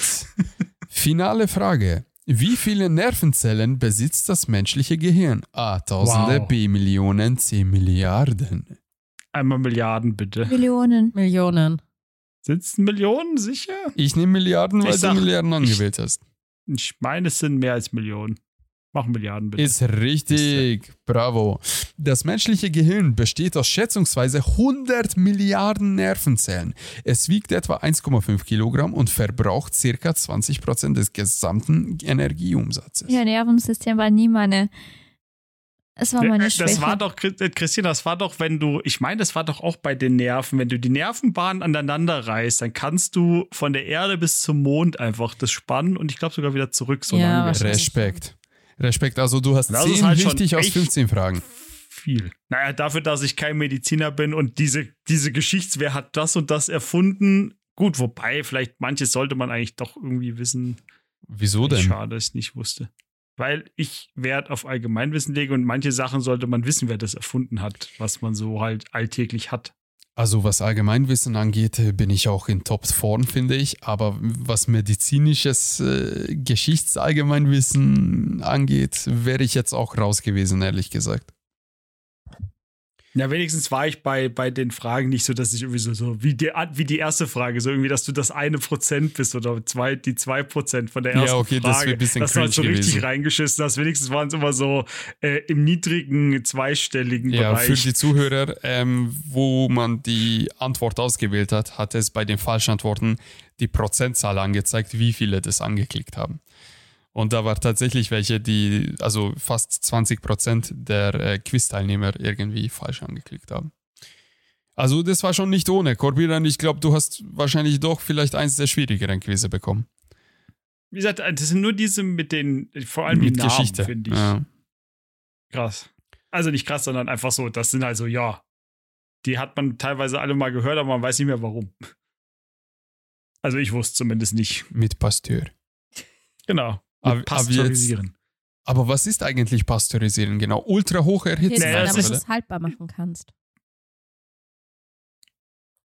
Finale Frage. Wie viele Nervenzellen besitzt das menschliche Gehirn? A. Tausende, Wow. B. Millionen, C. Milliarden. Einmal Milliarden bitte. *laughs* Millionen. Millionen. Sitzen Millionen sicher? Ich nehme Milliarden, weil Ich sag- du Milliarden angewählt hast. Ich meine, es sind mehr als Millionen. Machen Milliarden bitte. Ist richtig. Bravo. Das menschliche Gehirn besteht aus schätzungsweise 100 Milliarden Nervenzellen. Es wiegt etwa 1,5 Kilogramm und verbraucht circa 20 Prozent des gesamten Energieumsatzes. Ja, Nervensystem war nie meine. Es war meine Äh, Schwäche. das war doch, Chri- Christina, das war doch, wenn du, ich meine, das war doch auch bei den Nerven, wenn du die Nervenbahnen aneinander reißt, dann kannst du von der Erde bis zum Mond einfach das spannen und ich glaube sogar wieder zurück, so Ja, lange wäre das. wahrscheinlich. Respekt. Respekt. Also du hast Das ist 10 halt schon richtig aus echt 15 Fragen. viel. Naja, dafür, dass ich kein Mediziner bin und diese, diese Geschichts, wer hat das und das erfunden? Gut, wobei, vielleicht manches sollte man eigentlich doch irgendwie wissen. Wieso Echt denn? Schade, dass ich nicht wusste. Weil ich Wert auf Allgemeinwissen lege und manche Sachen sollte man wissen, wer das erfunden hat, was man so halt alltäglich hat. Also was Allgemeinwissen angeht, äh, bin ich auch in Top-Form, finde ich. Aber was medizinisches äh, Geschichtsallgemeinwissen angeht, wäre ich jetzt auch raus gewesen, ehrlich gesagt. Na, wenigstens war ich bei, bei den Fragen nicht so, dass ich irgendwie so, so wie, die, wie die erste Frage, so irgendwie, dass du das eine Prozent bist oder zwei, die zwei Prozent von der Ja, ersten okay, das Frage. wär ein bisschen dass du halt so cringe richtig gewesen. reingeschissen hast. Wenigstens waren es immer so äh, im niedrigen, zweistelligen Ja, für Bereich. die Zuhörer, ähm, wo man die Antwort ausgewählt hat, hat es bei den falschen Antworten die Prozentzahl angezeigt, wie viele das angeklickt haben. Und da war tatsächlich welche, die, also fast 20 Prozent der äh, Quiz-Teilnehmer irgendwie falsch angeklickt haben. Also das war schon nicht ohne. Corbilan, ich glaube, du hast wahrscheinlich doch vielleicht eins der schwierigeren Quizze bekommen. Wie gesagt, das sind nur diese mit den, vor allem die Namen, finde ich. Ja. Krass. Also nicht krass, sondern einfach so, das sind also, ja, die hat man teilweise alle mal gehört, aber man weiß nicht mehr warum. Also ich wusste zumindest nicht. Mit Pasteur. Genau. Ab- ab Mit Pasteurisieren. Aber was ist eigentlich Pasteurisieren genau? Ultra hoch erhitzen. Jetzt, Nee, weil das damit ist- du es haltbar machen kannst.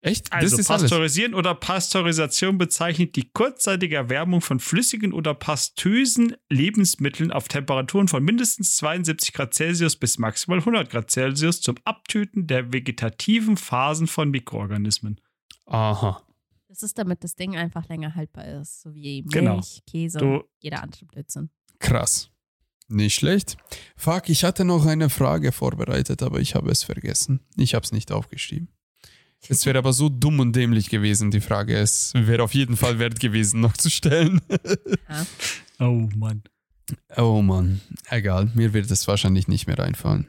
Echt? Also das ist alles. Pasteurisieren oder Pasteurisation bezeichnet die kurzzeitige Erwärmung von flüssigen oder pastösen Lebensmitteln auf Temperaturen von mindestens 72 Grad Celsius bis maximal 100 Grad Celsius zum Abtöten der vegetativen Phasen von Mikroorganismen. Aha. Das ist, damit das Ding einfach länger haltbar ist. So wie Milch, Genau. Käse und Du, jeder andere Blödsinn. Krass. Nicht schlecht. Fuck, ich hatte noch eine Frage vorbereitet, aber ich habe es vergessen. Ich habe es nicht aufgeschrieben. Es wäre aber so dumm und dämlich gewesen, die Frage. Es wäre auf jeden Fall wert gewesen, noch zu stellen. *laughs* oh Mann. Oh Mann, egal. Mir wird es wahrscheinlich nicht mehr einfallen.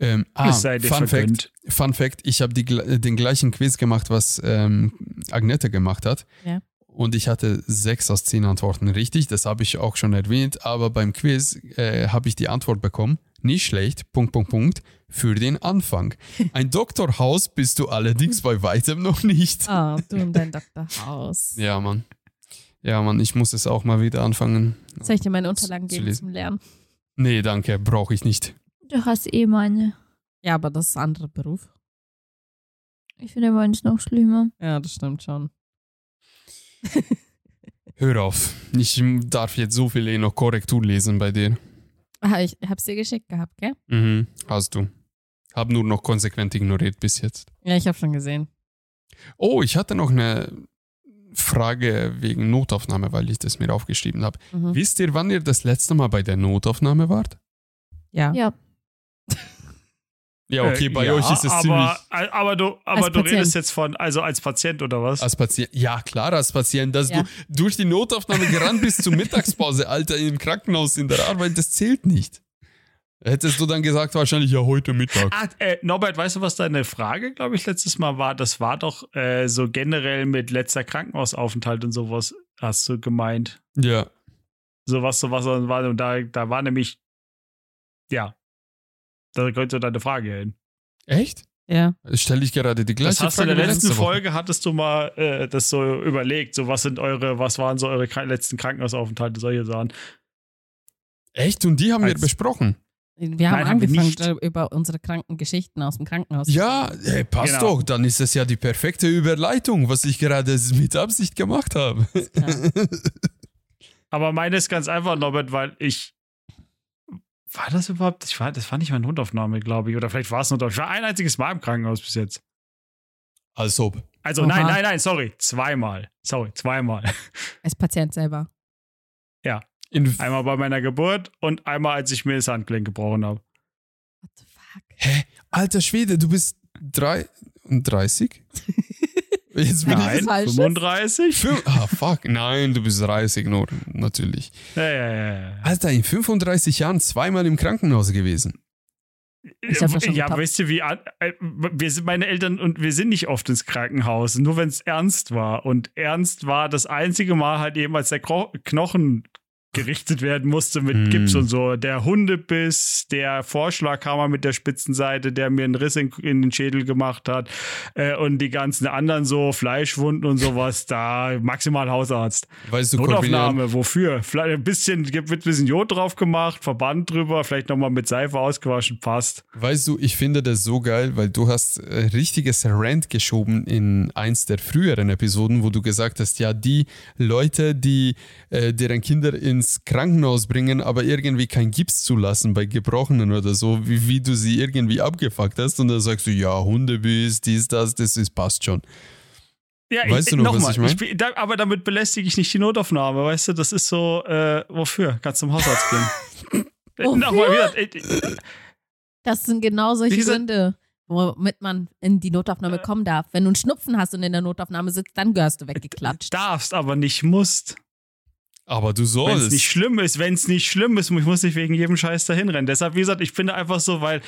Ähm, ah, es sei dir Fun Fact, vergönnt. Fun Fact, ich habe die gl- den gleichen Quiz gemacht, was ähm, Agnete gemacht hat. Ja. Und ich hatte sechs aus zehn Antworten richtig, das habe ich auch schon erwähnt. Aber beim Quiz äh, habe ich die Antwort bekommen, nicht schlecht, Punkt, Punkt, Punkt, für den *laughs* Anfang. Ein Doktorhaus bist du allerdings bei weitem noch nicht. Ah, du und dein Doktorhaus. Ja, Mann. Ja, Mann, ich muss es auch mal wieder anfangen. Soll ich dir meine Unterlagen Zu geben lesen. zum Lernen? Nee, danke, brauche ich nicht. Du hast eh meine. Ja, aber das ist ein anderer Beruf. Ich finde meins noch schlimmer. Ja, das stimmt schon. Hör auf, ich darf jetzt so viel eh noch Korrektur lesen bei dir. *laughs* Ah, ich hab's dir geschickt gehabt, gell? Mhm, hast du. Hab nur noch konsequent ignoriert bis jetzt. Ja, ich habe schon gesehen. Oh, ich hatte noch eine Frage wegen Notaufnahme, weil ich das mir aufgeschrieben habe. Mhm. Wisst ihr, wann ihr das letzte Mal bei der Notaufnahme wart? Ja. Ja. Ja, okay, Äh, bei ja, euch ist es ziemlich. aber, ziemlich. Aber du, aber Als du redest Patient. jetzt von, also als Patient oder was? Als Patient, ja klar, als Patient, dass Ja. du durch die Notaufnahme gerannt bist zur Mittagspause, Alter, im Krankenhaus, in der Arbeit, das zählt nicht. Hättest du dann gesagt, wahrscheinlich ja heute Mittag. Ach, äh, Norbert, weißt du, was deine Frage, glaube ich, letztes Mal war? Das war doch äh, so generell mit letzter Krankenhausaufenthalt und sowas, hast du gemeint. Ja, Sowas, sowas war, und da, da war nämlich, ja, da könnte deine Frage hin. echt? Ja. Stelle ich gerade die gleiche Das hast du in Frage der wie letzten letzte Woche. Folge, hattest du mal äh, das so überlegt, so was sind eure, was waren so eure kra- letzten Krankenhausaufenthalte, solche Sachen. Echt? Und die haben wir Als- besprochen. Wir haben Nein, haben wir angefangen nicht. darüber- über unsere kranken Geschichten aus dem Krankenhaus. Ja, hey, passt Genau. doch. Dann ist das ja die perfekte Überleitung, was ich gerade mit Absicht gemacht habe. *laughs* Ja. Aber meine ist ganz einfach, Norbert, weil ich. War das überhaupt? Ich war, das war nicht meine Notaufnahme, glaube ich. Oder vielleicht war es Notaufnahme. Ich war ein einziges Mal im Krankenhaus bis jetzt. Als ob. Also, Oha. nein, nein, nein, sorry. Zweimal. Sorry, zweimal. *laughs* Als Patient selber. In Einmal bei meiner Geburt und einmal, als ich mir das Handgelenk gebrochen habe. What the *laughs* fuck? Hä? Alter Schwede, du bist drei- 30? Jetzt bin Nein. ich. *laughs* ist Nein, falsch. 35? Fünf, ah, fuck. Nein, du bist 30 nur, natürlich. Ja, ja, ja. ja. Alter, in 35 Jahren zweimal im Krankenhaus gewesen. Ich hab das schon ja, gepackt. weißt du, wie an- äh, wir sind meine Eltern und wir sind nicht oft ins Krankenhaus, nur wenn es ernst war. Und ernst war das einzige Mal halt eben, als der Kro Knochen gerichtet werden musste mit Hm. Gips und so. Der Hundebiss, der Vorschlaghammer mit der spitzen Seite, der mir einen Riss in, in den Schädel gemacht hat äh, und die ganzen anderen so Fleischwunden und sowas, da maximal Hausarzt. Weißt du, Corvinian, Notaufnahme, wofür? Vielleicht ein bisschen, wird ein bisschen Jod drauf gemacht, Verband drüber, vielleicht nochmal mit Seife ausgewaschen, passt. weißt du, ich finde das so geil, weil du hast äh, richtiges Rant geschoben in eins der früheren Episoden, wo du gesagt hast, ja, die Leute, die äh, deren Kinder ins Krankenhaus bringen, aber irgendwie kein Gips zulassen bei Gebrochenen oder so, wie, wie du sie irgendwie abgefuckt hast und dann sagst du, ja, Hundebiss, dies, das, das ist, passt schon. Ja, Weißt du noch, was mal, ich mein? bin- da, aber damit belästige ich nicht die Notaufnahme, weißt du? Das ist so, äh, wofür? Kannst zum Hausarzt gehen. Äh, *laughs* Wofür? Nochmal wieder. äh, äh, Das sind genau solche Wie gesagt- Äh. Gründe, womit man in die Notaufnahme kommen darf. Wenn du einen Schnupfen hast und in der Notaufnahme sitzt, dann gehörst du weggeklatscht. Darfst, aber nicht musst. Aber du Wenn es sollst. nicht schlimm ist, wenn es nicht schlimm ist, ich muss nicht wegen jedem Scheiß dahin rennen. Deshalb, wie gesagt, ich bin da einfach so, weil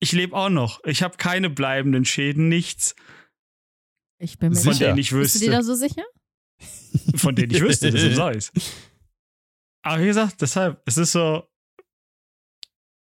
ich lebe auch noch. Ich habe keine bleibenden Schäden, nichts, Ich bin mir von Sicher. denen ich Bist du dir wüsste. da so sicher? von denen ich wüsste, deshalb sag ich's. Aber wie gesagt, deshalb, es ist so.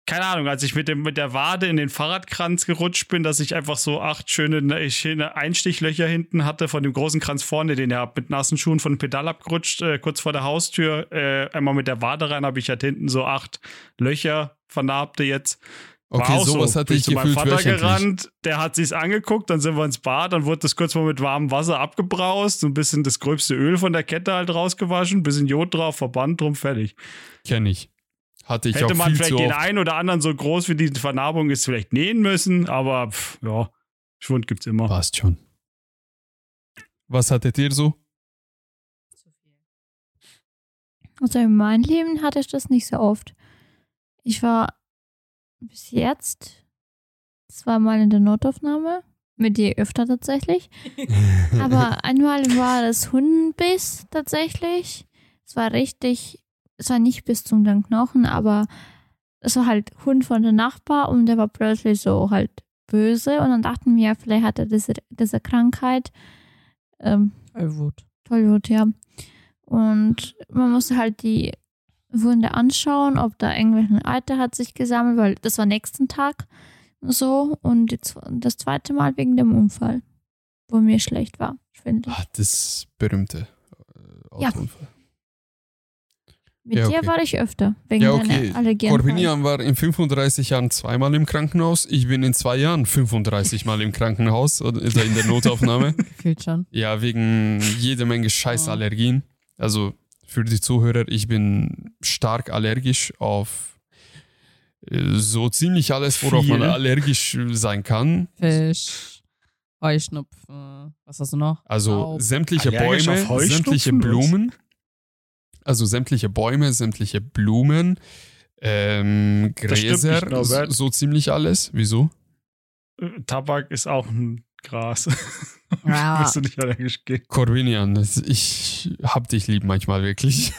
Keine Ahnung, als ich mit, dem, mit der Wade in den Fahrradkranz gerutscht bin, dass ich einfach so acht schöne, ne, schöne Einstichlöcher hinten hatte von dem großen Kranz vorne, den ihr habt, mit nassen Schuhen von dem Pedal abgerutscht, äh, kurz vor der Haustür. Äh, einmal mit der Wade rein, habe ich halt hinten so acht Löcher vernarbte jetzt. War Okay, auch sowas so. hatte Bin ich zu meinem gefühlt Vater wöchentlich. gerannt, der hat sich's angeguckt, dann sind wir ins Bad, dann wurde das kurz mal mit warmem Wasser abgebraust, so ein bisschen das gröbste Öl von der Kette halt rausgewaschen, ein bisschen Jod drauf, Verband drum, fertig. Kenn ich. Hatte ich Hätte auch man viel zu vielleicht den oft. einen oder anderen so groß wie diese Vernarbung ist, vielleicht nähen müssen, aber pff, ja, Schwund gibt's immer. Passt schon. Was hattet ihr so? Also in meinem Leben hatte ich das nicht so oft. Ich war bis jetzt zweimal in der Notaufnahme, mit je öfter tatsächlich. Aber einmal war das Hundenbiss tatsächlich. Es war richtig, es war nicht bis zum langen Knochen, aber es war halt Hund von der Nachbar und der war plötzlich so halt böse. Und dann dachten wir, vielleicht hat er diese, diese Krankheit. Ähm, Voll Wut. Tollwut, ja. Und man musste halt die Wunde anschauen, ob da irgendwelche Alter hat sich gesammelt, weil das war nächsten Tag so und die, zw- das zweite Mal wegen dem Unfall, wo mir schlecht war, schwindelig. Ah, das berühmte äh, Ja. Autounfall. Mit ja, okay. dir war ich öfter, wegen Ja, okay. deiner Allergien. Corbinian war in 35 Jahren zweimal im Krankenhaus. Ich bin in zwei Jahren 35 Mal im Krankenhaus oder also in der *laughs* Notaufnahme. Gefühlt schon. ja, wegen jede Menge Scheißallergien. Also für die Zuhörer, ich bin stark allergisch auf äh, so ziemlich alles, worauf man Viel. allergisch sein kann. Fisch, Heuschnupfen, was hast du *laughs* noch? Also Laub. sämtliche Allergisch auf Bäume, Heuschnupfen, sämtliche was? Blumen. Also sämtliche Bäume, sämtliche Blumen, ähm, Das stimmt Gräser, nicht, genau, Norbert. so, so ziemlich alles. Wieso? Ah. Äh, Tabak ist auch ein Gras. *laughs* Ja. Willst du nicht allergisch gegen? Corvinian, das- ich hab dich lieb manchmal *laughs* wirklich.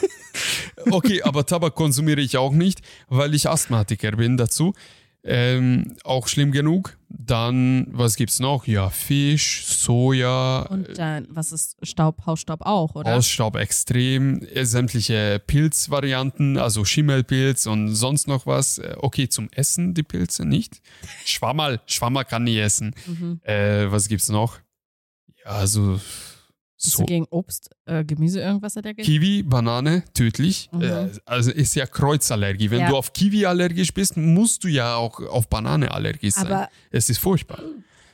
okay, aber Tabak konsumiere ich auch nicht, weil ich Asthmatiker bin dazu. Ähm, auch schlimm genug. Dann, was gibt's noch? Ja, Fisch, Soja, Und dann, was ist Staub, Hausstaub auch, oder? Ausstaub extrem, äh, sämtliche Pilzvarianten, also Schimmelpilz und sonst noch was. Äh, Okay, zum Essen die Pilze nicht. Schwammerl, Schwammerl kann ich essen. mhm. Äh, was gibt's noch? Ja, also Bist So. du gegen Obst, äh, Gemüse, irgendwas hat er gesagt? Kiwi, Banane, tödlich. Mhm. Äh, also ist ja Kreuzallergie. Wenn Ja. du auf Kiwi allergisch bist, musst du ja auch auf Banane allergisch sein. Aber es ist furchtbar.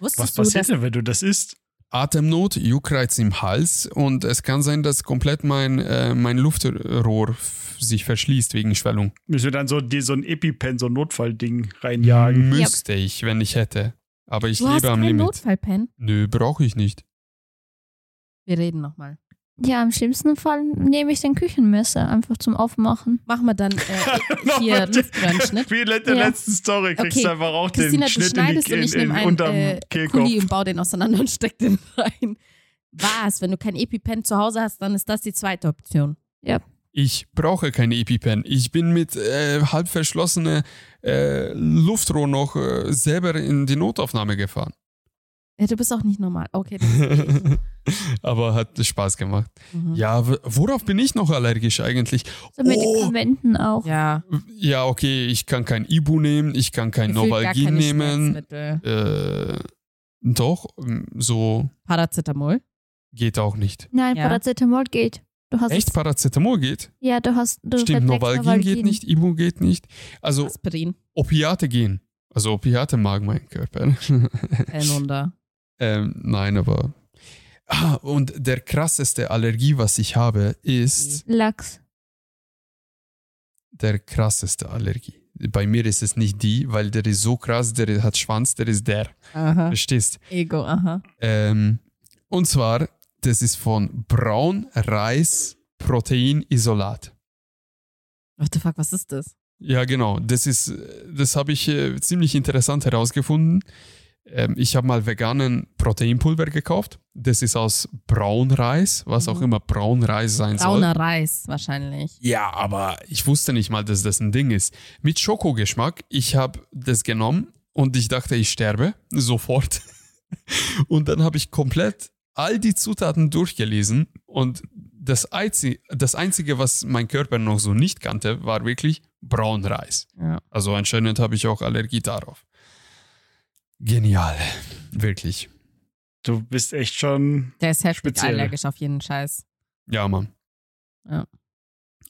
Was wusstest du, passiert dass denn, wenn du das isst? Atemnot, Juckreiz im Hals und es kann sein, dass komplett mein, äh, mein Luftrohr f- sich verschließt wegen Schwellung. Müssen wir dann so, dir so ein EpiPen, so ein Notfallding reinjagen? Müsste ich, wenn ich hätte. Aber ich du hast lebe am keinen Limit. Notfallpen? Nö, brauche ich nicht. Wir reden nochmal. Ja, im schlimmsten Fall nehme ich den Küchenmesser einfach zum Aufmachen. Machen wir *laughs* dann äh, hier Nochmal den- *laughs* Luftröhrenschnitt. Wie in der Ja. letzten Story kriegst Okay. du einfach auch Christina, den du Schnitt in die schneidest und Kehl, ich nehme in, einen unterm äh, Kehlkopf. Kuli und baue den auseinander und steck den rein. Was? Wenn du kein EpiPen zu Hause hast, dann ist das die zweite Option. Ich brauche keine EpiPen. Ich bin mit äh, halb verschlossene äh, Luftrohr noch äh, selber in die Notaufnahme gefahren. Ja, du bist auch nicht normal. Okay. Aber hat Spaß gemacht. *laughs* Mhm. Ja, w- worauf bin ich noch allergisch eigentlich? So Oh. Medikamenten auch. ja. Ja, okay, ich kann kein Ibu nehmen, ich kann kein Gefühlt gar Novalgin keine nehmen. Schmerzmittel. Äh, doch, m, so Paracetamol. geht auch nicht. Nein, Ja. Paracetamol geht. Du hast Echt? Paracetamol geht? Ja, du hast du Stimmt, reflex- Novalgin, geht nicht, Ibu geht nicht. Also *laughs* Aspirin. Opiate gehen. Also Opiate mag mein Körper. *laughs* Elnunder. ähm, nein, aber... Ah, und der krasseste Allergie, was ich habe, ist... Lachs. der krasseste Allergie. Bei mir ist es nicht die, weil der ist so krass, der hat Schwanz, der ist der. Aha. Verstehst? Ego, aha. Ähm, und zwar, das ist von Braun Reis Proteinisolat. What the fuck, was ist das? Ja, genau. Das ist, äh, das habe ich äh, ziemlich interessant herausgefunden. Ähm, ich habe mal veganen Proteinpulver gekauft. Das ist aus Braunreis, was auch Mhm. immer Braunreis sein soll. Brauner Reis wahrscheinlich. Ja, aber ich wusste nicht mal, dass das ein Ding ist. Mit Schokogeschmack, ich habe das genommen und ich dachte, ich sterbe *laughs* sofort. Und dann habe ich komplett all die Zutaten durchgelesen und das Einzige, das Einzige, was mein Körper noch so nicht kannte, war wirklich Braunreis. Ja. Also anscheinend habe ich auch Allergie darauf. Genial, wirklich. Du bist echt schon. Der ist heftig Speziell. allergisch auf jeden Scheiß. Ja, Mann. Ja.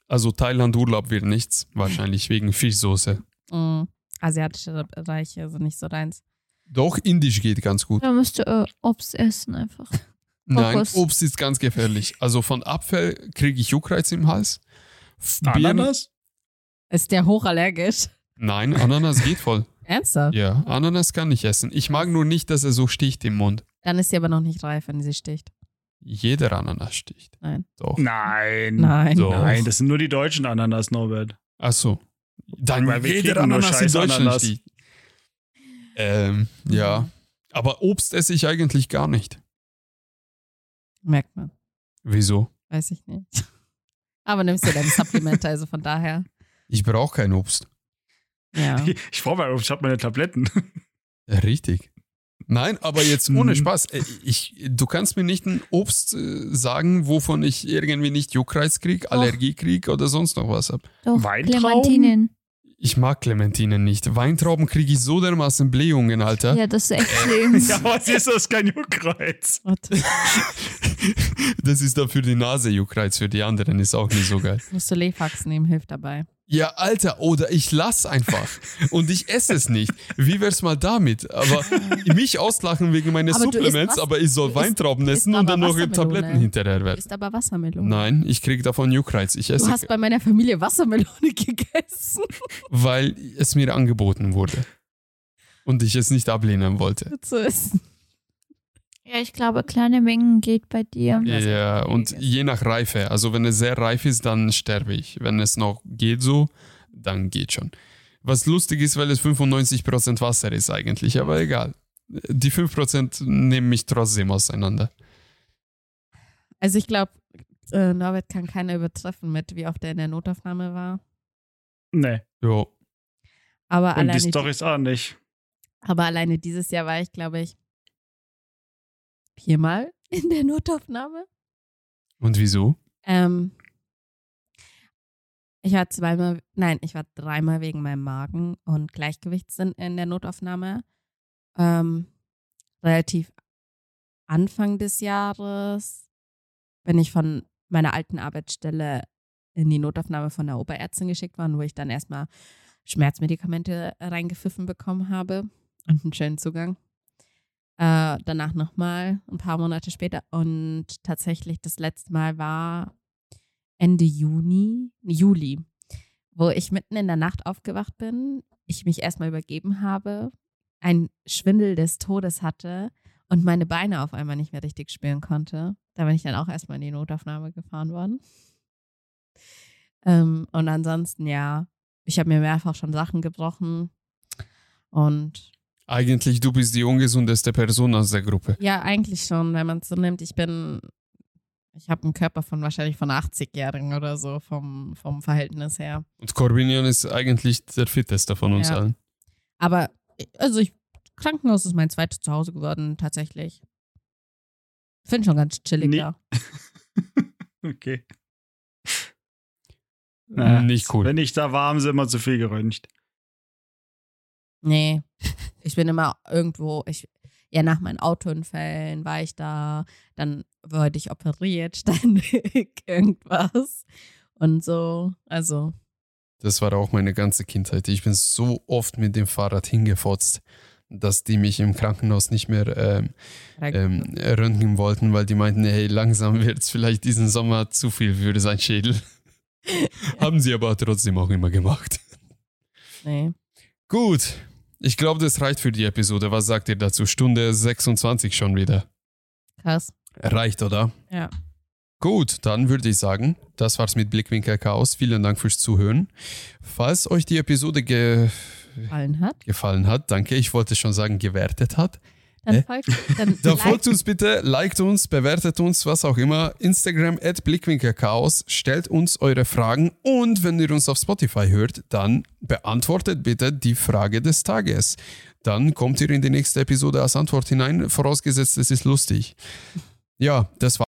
Also Thailand-Urlaub wird nichts, wahrscheinlich wegen Fischsoße. Mhm. Asiatische Reiche sind nicht so deins. Doch, Indisch geht ganz gut. Da musst du äh, Obst essen einfach. Nein, Kokos. Obst ist ganz gefährlich. Also von Apfel kriege ich Juckreiz im Hals. F- Birnen- Ananas? Ist der hochallergisch? Nein, Ananas geht voll. Ernsthaft? Ja, Ananas kann ich essen. Ich mag nur nicht, dass er so sticht im Mund. Dann ist sie aber noch nicht reif, wenn sie sticht. Jeder Ananas sticht. Nein. Doch. Nein. Nein. So. Nein, das sind nur die deutschen Ananas, Norbert. Ach so. Dann Weil wir jeder kriegen nur Ananas in scheiß Deutschland Ananas. sticht. Ähm, ja. Aber Obst esse ich eigentlich gar nicht. Merkt man. Wieso? Weiß ich nicht. *laughs* Aber nimmst du deine Supplemente, also von daher. Ich brauche kein Obst. Ja. Ich freue mich, ich habe *laughs* meine Tabletten. Richtig. Nein, aber jetzt *laughs* ohne Mhm. Spaß. Äh, Ich, du kannst mir nicht ein Obst äh, sagen, wovon ich irgendwie nicht Juckreiz krieg, Allergie krieg oder sonst noch was hab. Doch, Weintrauben? Clementinen. Ich mag Clementinen nicht. Weintrauben kriege ich so dermaßen Blähungen, Alter. Ja, das ist echt schlimm. Äh, *laughs* ja, was ist das? Kein Juckreiz. What? Das ist dann für die Nase Juckreiz, für die anderen ist auch nicht so geil. Musst du Lefax nehmen, hilft dabei. Ja, Alter, oder ich lass einfach und ich esse es nicht. Wie wär's mal damit? Aber mich auslachen wegen meines Aber du isst Supplements, was- aber ich soll du isst- Weintrauben isst essen und aber dann noch Wassermelone. Tabletten hinterher Du werden. isst aber Wassermelone. Äh. Nein, ich kriege davon Juckreiz. Ich Du esse, hast bei meiner Familie Wassermelone *laughs* gegessen. weil es mir angeboten wurde. Und ich es nicht ablehnen wollte. Zu essen. Ja, ich glaube, kleine Mengen geht bei dir. Ja, Ja, und gegessen. je nach Reife. Also, wenn es sehr reif ist, dann sterbe ich. Wenn es noch geht so, dann geht schon. Was lustig ist, weil es 95% Wasser ist eigentlich, aber egal. Die 5% nehmen mich trotzdem auseinander. Also ich glaube, äh, Norbert kann keiner übertreffen mit, wie oft er in der Notaufnahme war. Nee. Jo. Aber Und die alleine, Story ist auch nicht. aber alleine dieses Jahr war ich, glaube ich, viermal in der Notaufnahme. Und wieso? Ähm, ich war zweimal, nein, ich war dreimal wegen meinem Magen und Gleichgewichtssinn in der Notaufnahme. Ähm, relativ Anfang des Jahres, bin ich von meiner alten Arbeitsstelle in die Notaufnahme von der Oberärztin geschickt worden, wo ich dann erstmal Schmerzmedikamente reingepfiffen bekommen habe und einen schönen Zugang. Äh, danach nochmal, ein paar Monate später. Und tatsächlich das letzte Mal war Ende Juni, Juli, wo ich mitten in der Nacht aufgewacht bin, ich mich erstmal übergeben habe, ein Schwindel des Todes hatte und meine Beine auf einmal nicht mehr richtig spüren konnte. Da bin ich dann auch erstmal in die Notaufnahme gefahren worden. Ähm, und ansonsten, ja, ich habe mir mehrfach schon Sachen gebrochen. Und Eigentlich, du bist die ungesundeste Person aus der Gruppe. ja, eigentlich schon, wenn man es so nimmt, ich bin, ich habe einen Körper von wahrscheinlich von 80-Jährigen oder so vom, vom Verhältnis her. Und Corbinian ist eigentlich der fitteste von uns Ja. allen. Aber, also ich, Krankenhaus ist mein zweites Zuhause geworden, tatsächlich. Finde schon ganz chillig Nee. da. Okay. Nicht cool. Wenn ich da war, haben sie immer zu viel geröntgt. Nee. Ich bin immer irgendwo, ich, ja, nach meinen Autounfällen war ich da, dann wurde ich operiert, *laughs* ständig irgendwas. Und so, also, Das war auch meine ganze Kindheit. Ich bin so oft mit dem Fahrrad hingefotzt, dass die mich im Krankenhaus nicht mehr ähm, ähm, röntgen wollten, weil die meinten, hey, langsam wird es vielleicht diesen Sommer zu viel für sein Schädel. Haben sie aber trotzdem auch immer gemacht. nee. Gut, ich glaube, das reicht für die Episode. Was sagt ihr dazu? Stunde 26 schon wieder. Krass. Reicht, oder? Ja. Gut, dann würde ich sagen, das war's mit Blickwinkel Chaos. Vielen Dank fürs Zuhören. Falls euch die Episode ge Äh. Fallen hat. gefallen hat, danke, ich wollte schon sagen, gewertet hat, Dann Hä? folgt dann *laughs* dann folgt uns bitte, liked uns, bewertet uns, was auch immer. Instagram at Blickwinkelchaos. Stellt uns eure Fragen und wenn ihr uns auf Spotify hört, dann beantwortet bitte die Frage des Tages. Dann kommt ihr in die nächste Episode als Antwort hinein, vorausgesetzt, es ist lustig. Ja, das war.